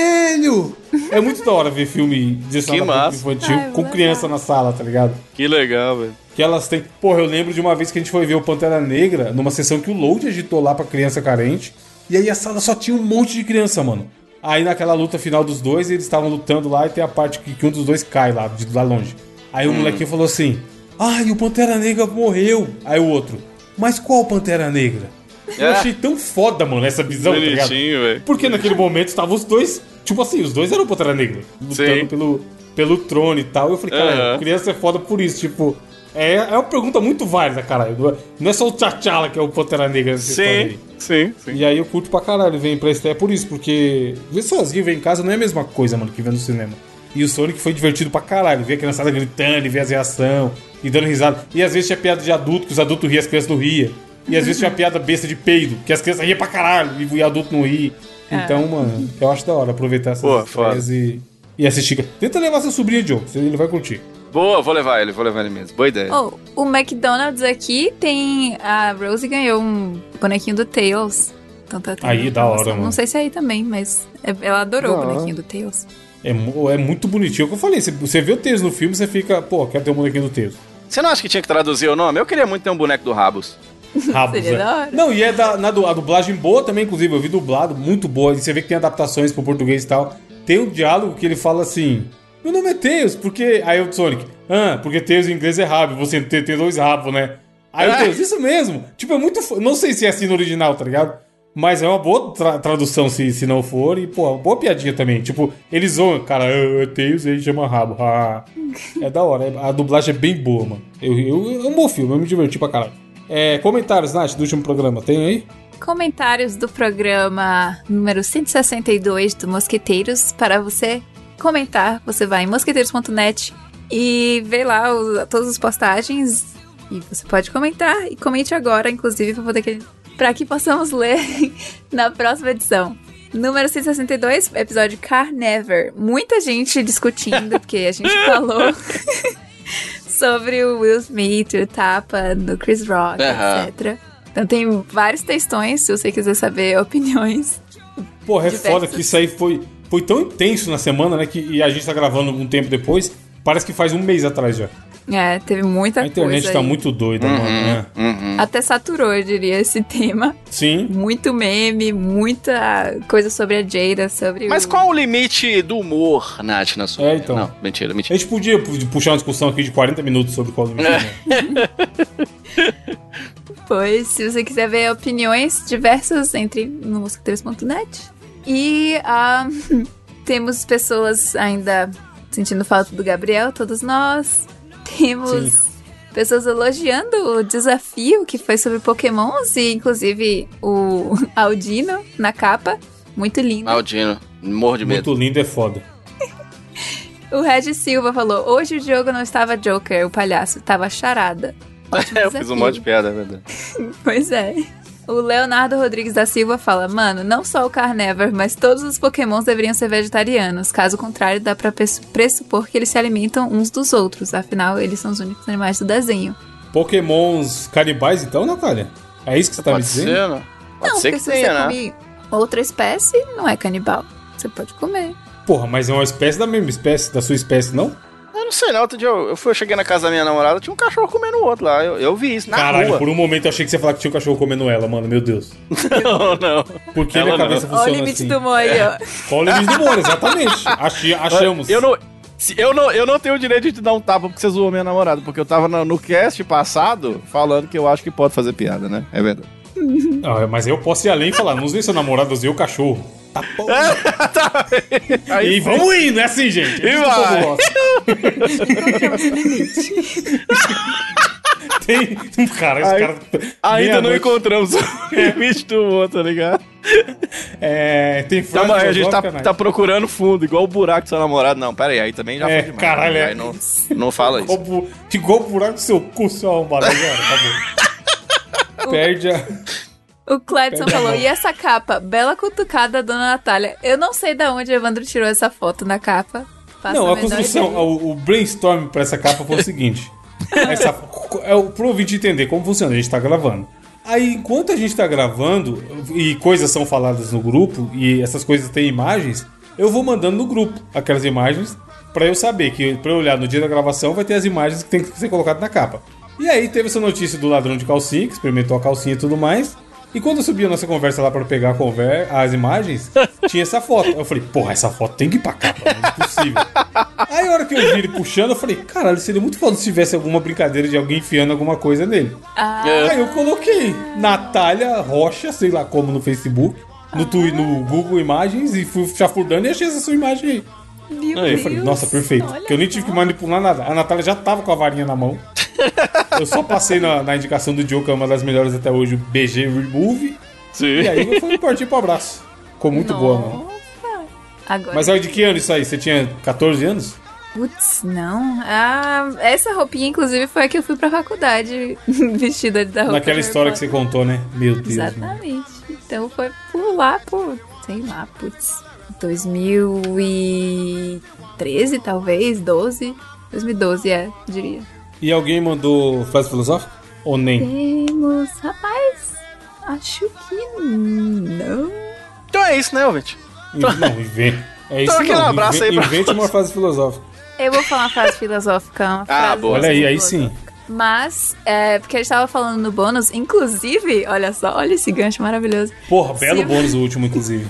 Speaker 1: Vermelho! É muito da hora ver filme
Speaker 2: Que
Speaker 1: direcionado a
Speaker 2: massa.
Speaker 1: público infantil
Speaker 3: Ai,
Speaker 1: com
Speaker 3: vou
Speaker 1: criança na sala, tá ligado?
Speaker 2: Que legal, velho.
Speaker 1: Que elas têm. Porra, eu lembro de uma vez que a gente foi ver o Pantera Negra numa sessão que o Load agitou lá pra criança carente. E aí a sala só tinha um monte de criança, mano. Aí naquela luta final dos dois, eles estavam lutando lá e tem a parte que, que um dos dois cai lá, de lá longe.
Speaker 2: Hum.
Speaker 1: Aí o molequinho falou assim: Ai, o Pantera Negra morreu. Aí o outro: Mas qual Pantera Negra? Eu achei tão foda, mano, essa visão, tá ligado?
Speaker 2: É. Bonitinho, velho.
Speaker 1: Porque naquele momento estavam os dois, tipo assim, os dois eram o Pantera Negra, lutando
Speaker 2: Sim.
Speaker 1: pelo, pelo trono e tal. Eu falei, caralho,
Speaker 2: Aham.
Speaker 1: criança é foda por isso, tipo. É, é uma pergunta muito válida, caralho. Não é- Não é só o T'Challa que é o Pantera Negra nessa história aí.
Speaker 2: Sim, sim, sim.
Speaker 1: E aí eu curto pra caralho ver em presta é por isso, porque ver sozinho, ver em casa não é a mesma coisa, mano, que ver no cinema. E o Sonic foi divertido pra caralho, ver a criançada gritando, e ver as reações, e dando risada. E às vezes tinha piada de adulto, que os adultos riam, as crianças não riam. E às vezes tinha piada besta de peido, que as crianças riam pra caralho, e o adulto não ria. Então, mano, eu acho da hora aproveitar essas
Speaker 2: Pô,
Speaker 1: histórias e, e assistir. Tenta levar seu sobrinho, Joe, ele vai curtir.
Speaker 2: Boa, vou levar ele, vou levar ele mesmo. Boa ideia.
Speaker 3: Oh, o McDonald's aqui tem. A Rose ganhou um bonequinho do Tails. Então tá tendo
Speaker 1: Aí, da
Speaker 3: promoção.
Speaker 1: hora, mano.
Speaker 3: Não sei se é aí também, mas é- ela adorou
Speaker 1: Da
Speaker 3: o
Speaker 1: hora.
Speaker 3: bonequinho do Tails.
Speaker 1: É, mu- é muito bonitinho. É o que eu falei, você, você vê o Teus no filme, você fica, pô, quero ter um bonequinho do Teus.
Speaker 3: Oh.
Speaker 2: Você não acha que tinha que traduzir o nome? Eu queria muito ter um boneco do Rabos.
Speaker 1: Rabos,
Speaker 3: Seria
Speaker 1: é.
Speaker 3: da hora.
Speaker 1: Não, e é da, na, du- a dublagem boa também, inclusive. Eu vi dublado, muito boa. E você vê que tem adaptações pro português e tal. Tem um diálogo que ele fala assim: Meu nome é Tails, porque. Aí o Sonic, ah, porque Tails em inglês é rabo, você tem, tem dois rabos, né? Aí o
Speaker 2: Ah.
Speaker 1: Tails, isso mesmo. Tipo, é muito. fo- Não sei se é assim no original, tá ligado? Mas é uma boa tra- tradução se, se não for. E, pô, é uma boa piadinha também. Tipo, eles zoam, cara, "Ah, é Tails aí chama rabo. ah." É da hora. é- A dublagem é bem boa, mano. Eu, eu, eu amo o filme, eu me diverti pra caralho. É, comentários, Nath, do último programa, tem aí?
Speaker 3: Comentários do programa número 162 do Mosqueteiros. Para você comentar, você vai em mosqueteiros.net e vê lá o- todas as postagens. E você pode comentar. E comente agora, inclusive, para poder que, pra que possamos ler na próxima edição. Número 162, episódio Carnever. Muita gente discutindo, porque a gente falou sobre o Will Smith, o tapa do Chris Rock,
Speaker 2: Aham.
Speaker 3: etc. Então tem vários textões, se você quiser saber opiniões.
Speaker 1: Porra, é
Speaker 3: Diversos.
Speaker 1: foda que isso aí foi, foi tão intenso na semana, né? Que, e a gente tá gravando um tempo depois. Parece que faz um mês atrás já.
Speaker 3: É, teve muita
Speaker 1: A internet
Speaker 3: coisa
Speaker 1: tá
Speaker 3: aí.
Speaker 1: muito doida, mano. Né?
Speaker 3: Até saturou, eu diria, esse tema.
Speaker 1: Sim.
Speaker 3: Muito meme, muita coisa sobre a Jada, sobre
Speaker 2: Mas
Speaker 3: o...
Speaker 2: qual o limite do humor, Nath, na sua
Speaker 1: É,
Speaker 2: vida?
Speaker 1: então.
Speaker 2: Não, mentira,
Speaker 1: A
Speaker 2: mentira.
Speaker 1: gente podia pu- puxar uma discussão aqui de 40 minutos sobre qual
Speaker 2: É,
Speaker 1: limite. né?
Speaker 3: Pois, se você quiser ver opiniões diversas, entre no mosqueteiros.net. E ah, temos pessoas ainda sentindo falta do Gabriel, todos nós. Temos pessoas elogiando o desafio que foi sobre Pokémons e, inclusive, o Aldino na capa. Muito lindo.
Speaker 2: Maldino, morro de medo.
Speaker 1: Muito lindo é foda.
Speaker 3: O Red Silva falou: Hoje o jogo não estava Joker, o palhaço, estava charada. Ótimo
Speaker 2: Eu fiz um
Speaker 3: desafio.
Speaker 2: monte de piada, é verdade.
Speaker 3: Pois é. O Leonardo Rodrigues da Silva fala: Mano, não só o Carnevor, mas todos os pokémons deveriam ser vegetarianos. Caso contrário, dá pra pres- pressupor que eles se alimentam uns dos outros. Afinal, eles são os únicos animais do desenho.
Speaker 1: Pokémons canibais, então, Natália? É isso que você tá me
Speaker 2: Pode
Speaker 1: dizendo?
Speaker 2: ser, não? Pode
Speaker 3: não,
Speaker 2: ser que
Speaker 3: porque se
Speaker 2: tenha,
Speaker 3: você
Speaker 2: né?
Speaker 3: comer outra espécie, não é canibal. Você pode comer.
Speaker 1: Porra, mas é uma espécie da mesma espécie, da sua espécie, não?
Speaker 2: Eu não sei, não. Outro dia eu, eu fui, eu cheguei na casa da minha namorada, tinha um cachorro comendo o outro lá. Eu, eu vi isso na
Speaker 1: Caralho,
Speaker 2: rua.
Speaker 1: por um momento eu achei que você ia falar que tinha um cachorro comendo ela, mano. Meu Deus.
Speaker 2: Não, não.
Speaker 1: Por que
Speaker 2: Ela
Speaker 1: minha cabeça
Speaker 3: Olha o
Speaker 1: funciona
Speaker 3: limite
Speaker 1: assim?
Speaker 3: do humor aí, ó.
Speaker 1: Qual o limite do humor, exatamente. Achi- achamos.
Speaker 2: Eu não, se- eu, não, eu não tenho o direito de te dar um tapa porque você zoou minha namorada, porque eu tava no, no cast passado falando que eu acho que pode fazer piada, né? É verdade.
Speaker 1: Ah, mas eu posso ir além e falar, não usei seu namorado, usei o cachorro. Tá bom. e
Speaker 2: É, tá Aí,
Speaker 1: vamos indo, é assim, gente. É
Speaker 2: E
Speaker 1: isso que o povo
Speaker 2: vai.
Speaker 1: gosta. Tem... Cara, esse
Speaker 2: Aí-
Speaker 1: cara...
Speaker 2: ainda não
Speaker 1: meia-noite-
Speaker 2: encontramos o limite do humor, tá ligado?
Speaker 1: É, tem frase né?
Speaker 2: Calma aí, a gente tá,
Speaker 1: filosófica,
Speaker 2: tá
Speaker 1: Nath?
Speaker 2: procurando fundo, igual o buraco do seu namorado. Não, pera aí, aí também já
Speaker 1: É,
Speaker 2: foi demais.
Speaker 1: caralho,
Speaker 2: né?
Speaker 1: é.
Speaker 2: Aí não, não fala isso.
Speaker 1: Igual bu- Igual o um buraco do seu cu, um seu arrombado. Agora, acabou. tá Perde a...
Speaker 3: O Cledson falou, e essa capa? Bela cutucada da dona Natália. Eu não sei de onde o Evandro tirou essa foto na capa. Faço
Speaker 1: Não, a
Speaker 3: menor
Speaker 1: construção,
Speaker 3: ideia.
Speaker 1: o, o brainstorm pra essa capa foi o seguinte. essa, é o- pro ouvinte entender como funciona, a gente tá gravando. Aí, enquanto a gente tá gravando e coisas são faladas no grupo, e essas coisas têm imagens, eu vou mandando no grupo aquelas imagens pra eu saber que pra eu olhar no dia da gravação vai ter as imagens que tem que ser colocado na capa. E aí teve essa notícia do ladrão de calcinha, que experimentou a calcinha e tudo mais. E quando eu subi a nossa conversa lá pra pegar a conver as imagens, tinha essa foto. Eu falei, porra, essa foto tem que ir pra capa, não é possível. Aí a hora que eu vi ele puxando, eu falei, caralho, seria muito foda se tivesse alguma brincadeira de alguém enfiando alguma coisa nele.
Speaker 3: Ah.
Speaker 1: Aí eu coloquei Natália Rocha, sei lá como, no Facebook, no, twi- no Google Imagens, e fui chafurdando e achei essa sua imagem aí.
Speaker 3: Meu
Speaker 1: Aí eu falei,
Speaker 3: Deus,
Speaker 1: nossa, perfeito.
Speaker 3: olha
Speaker 1: Porque eu nem tive que manipular nada. A Natália já tava com a varinha na mão. Eu só passei na, na indicação do Diogo, que é uma das melhores até hoje, o BG Remove. E aí eu fui partir pro abraço. Ficou é muito boa, mano.
Speaker 3: Nossa. Agora,
Speaker 1: Mas olha, de que ano isso aí? Você tinha 14 anos?
Speaker 3: putz, não. Ah, essa roupinha, inclusive, foi a que eu fui pra faculdade vestida da
Speaker 2: É
Speaker 3: roupa.
Speaker 1: Naquela
Speaker 3: de
Speaker 1: história que
Speaker 3: Harry
Speaker 1: você contou, né? Meu Deus, mano.
Speaker 3: Exatamente. Então foi por lá, por. Sei lá, putz. 2013, talvez, 12. 2012, é, diria.
Speaker 1: E alguém mandou frase filosófica? Ou nem?
Speaker 3: Temos. Rapaz, acho que não.
Speaker 2: Então é isso, né, ouvinte?
Speaker 1: Não, invente. É isso
Speaker 2: Então aquele
Speaker 1: não.
Speaker 2: abraço aí
Speaker 1: Inve-
Speaker 2: pra
Speaker 1: Invente
Speaker 2: todos.
Speaker 1: uma frase filosófica.
Speaker 3: Eu vou falar uma frase filosófica. Uma frase
Speaker 2: boa.
Speaker 1: Olha aí, aí sim.
Speaker 3: Mas, é, porque a gente tava falando no bônus, inclusive, olha só, olha esse gancho maravilhoso.
Speaker 1: Porra, belo
Speaker 3: Sim.
Speaker 1: bônus o último, inclusive.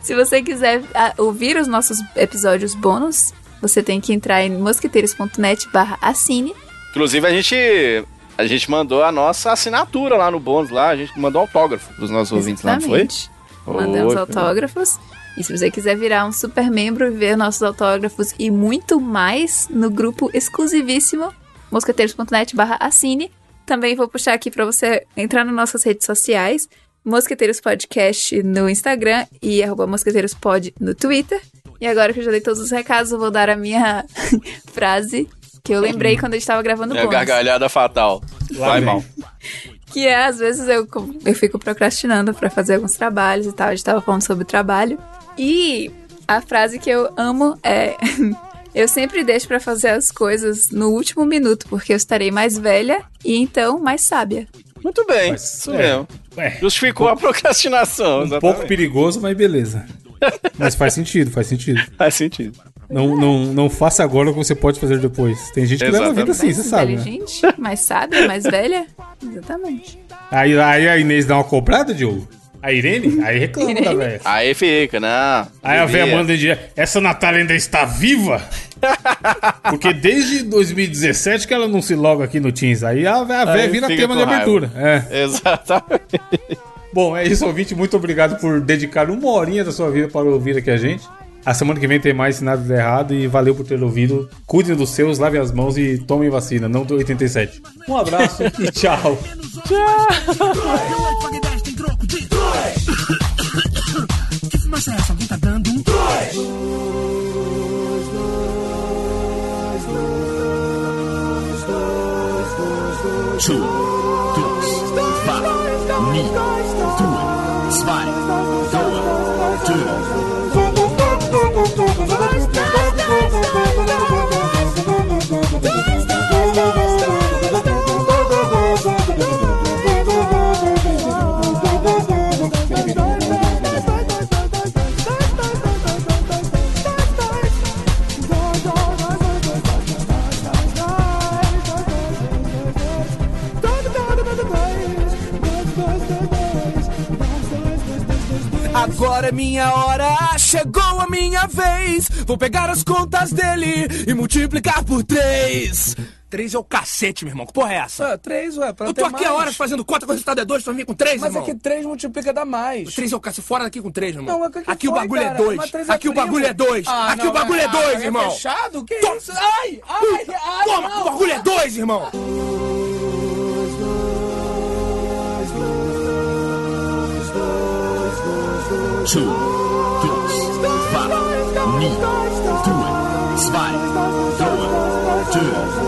Speaker 3: Se você quiser ah, ouvir os nossos episódios bônus, você tem que entrar em mosquiteiros.net barra assine.
Speaker 2: Inclusive, a gente, a gente mandou a nossa assinatura lá no bônus, lá, a gente mandou autógrafo pros nossos ouvintes lá, não foi?
Speaker 3: Exatamente. Mandamos
Speaker 2: Foi.
Speaker 3: autógrafos. E se você quiser virar um super membro e ver nossos autógrafos e muito mais no grupo exclusivíssimo mosqueteiros.net barra assine. Também vou puxar aqui para você entrar nas nossas redes sociais, Mosqueteiros Podcast no Instagram e arroba mosqueteirospod no Twitter. E agora que eu já dei todos os recados, eu vou dar a minha frase que eu lembrei quando a gente estava gravando o
Speaker 2: É a
Speaker 3: bônus.
Speaker 2: gargalhada fatal. Vai
Speaker 1: vem.
Speaker 2: mal.
Speaker 3: Que é, às vezes eu, co- eu fico procrastinando pra fazer alguns trabalhos e tal. A gente tava falando sobre trabalho. E a frase que eu amo é: Eu sempre deixo pra fazer as coisas no último minuto, porque eu estarei mais velha e então mais sábia.
Speaker 2: Muito bem,
Speaker 1: Mas,
Speaker 2: isso
Speaker 1: é.
Speaker 2: mesmo.
Speaker 1: É,
Speaker 2: Justificou a procrastinação,
Speaker 1: um
Speaker 2: exatamente.
Speaker 1: pouco perigoso, mas beleza. Mas faz sentido, faz sentido.
Speaker 2: Faz sentido.
Speaker 1: Não, não, não faça agora o que você pode fazer depois. Tem gente que leva a vida assim,
Speaker 3: mais
Speaker 1: você sabe. Né?
Speaker 3: inteligente, mais sábia, mais velha. Exatamente.
Speaker 1: Aí, aí a Inês dá uma cobrada, Diogo? A Irene? Aí reclama da velha.
Speaker 2: Aí fica, né?
Speaker 1: Aí a
Speaker 2: Devia.
Speaker 1: velha manda em dia, essa Natália ainda está viva? Porque desde 2017 que ela não se loga aqui no Teams. Aí a velha, a velha
Speaker 2: Aí
Speaker 1: vira
Speaker 2: fica
Speaker 1: tema
Speaker 2: com
Speaker 1: de
Speaker 2: raiva.
Speaker 1: abertura. É.
Speaker 2: Exatamente.
Speaker 1: Bom, é isso, ouvinte. Muito obrigado por dedicar uma horinha da sua vida para ouvir aqui a gente. A semana que vem tem mais se nada der errado e valeu por ter ouvido. Cuidem dos seus, lavem as mãos e tomem vacina, não do 87. Um abraço e tchau.
Speaker 7: Two, dois, vá, ni, duas, zwei, dois, two.
Speaker 8: Agora é minha hora, chegou a minha vez. Vou pegar as contas dele e multiplicar por três. Três é o cacete, meu irmão. Que porra é essa?
Speaker 9: Ah, três, ué, pra
Speaker 8: Eu tô aqui há horas fazendo conta que o resultado é dois, tu vai vir com três,
Speaker 9: Mas
Speaker 8: irmão.
Speaker 9: é que três multiplica dá mais.
Speaker 8: Três é o cacete. Fora daqui com três, meu irmão.
Speaker 9: Não, é que- que
Speaker 8: aqui o
Speaker 9: foi,
Speaker 8: bagulho é
Speaker 9: cara? Mas
Speaker 8: dois.
Speaker 9: três é
Speaker 8: aqui o
Speaker 9: primo.
Speaker 8: bagulho é dois.
Speaker 9: Ah,
Speaker 8: aqui
Speaker 9: não,
Speaker 8: o bagulho é
Speaker 9: não,
Speaker 8: dois,
Speaker 9: é
Speaker 8: irmão.
Speaker 9: fechado? Que
Speaker 8: Toma.
Speaker 9: isso? Ai, ai, ai,
Speaker 8: Toma,
Speaker 9: não.
Speaker 8: o bagulho é dois, irmão. 2, durch, was, nie, tun, zwei, durch, durch.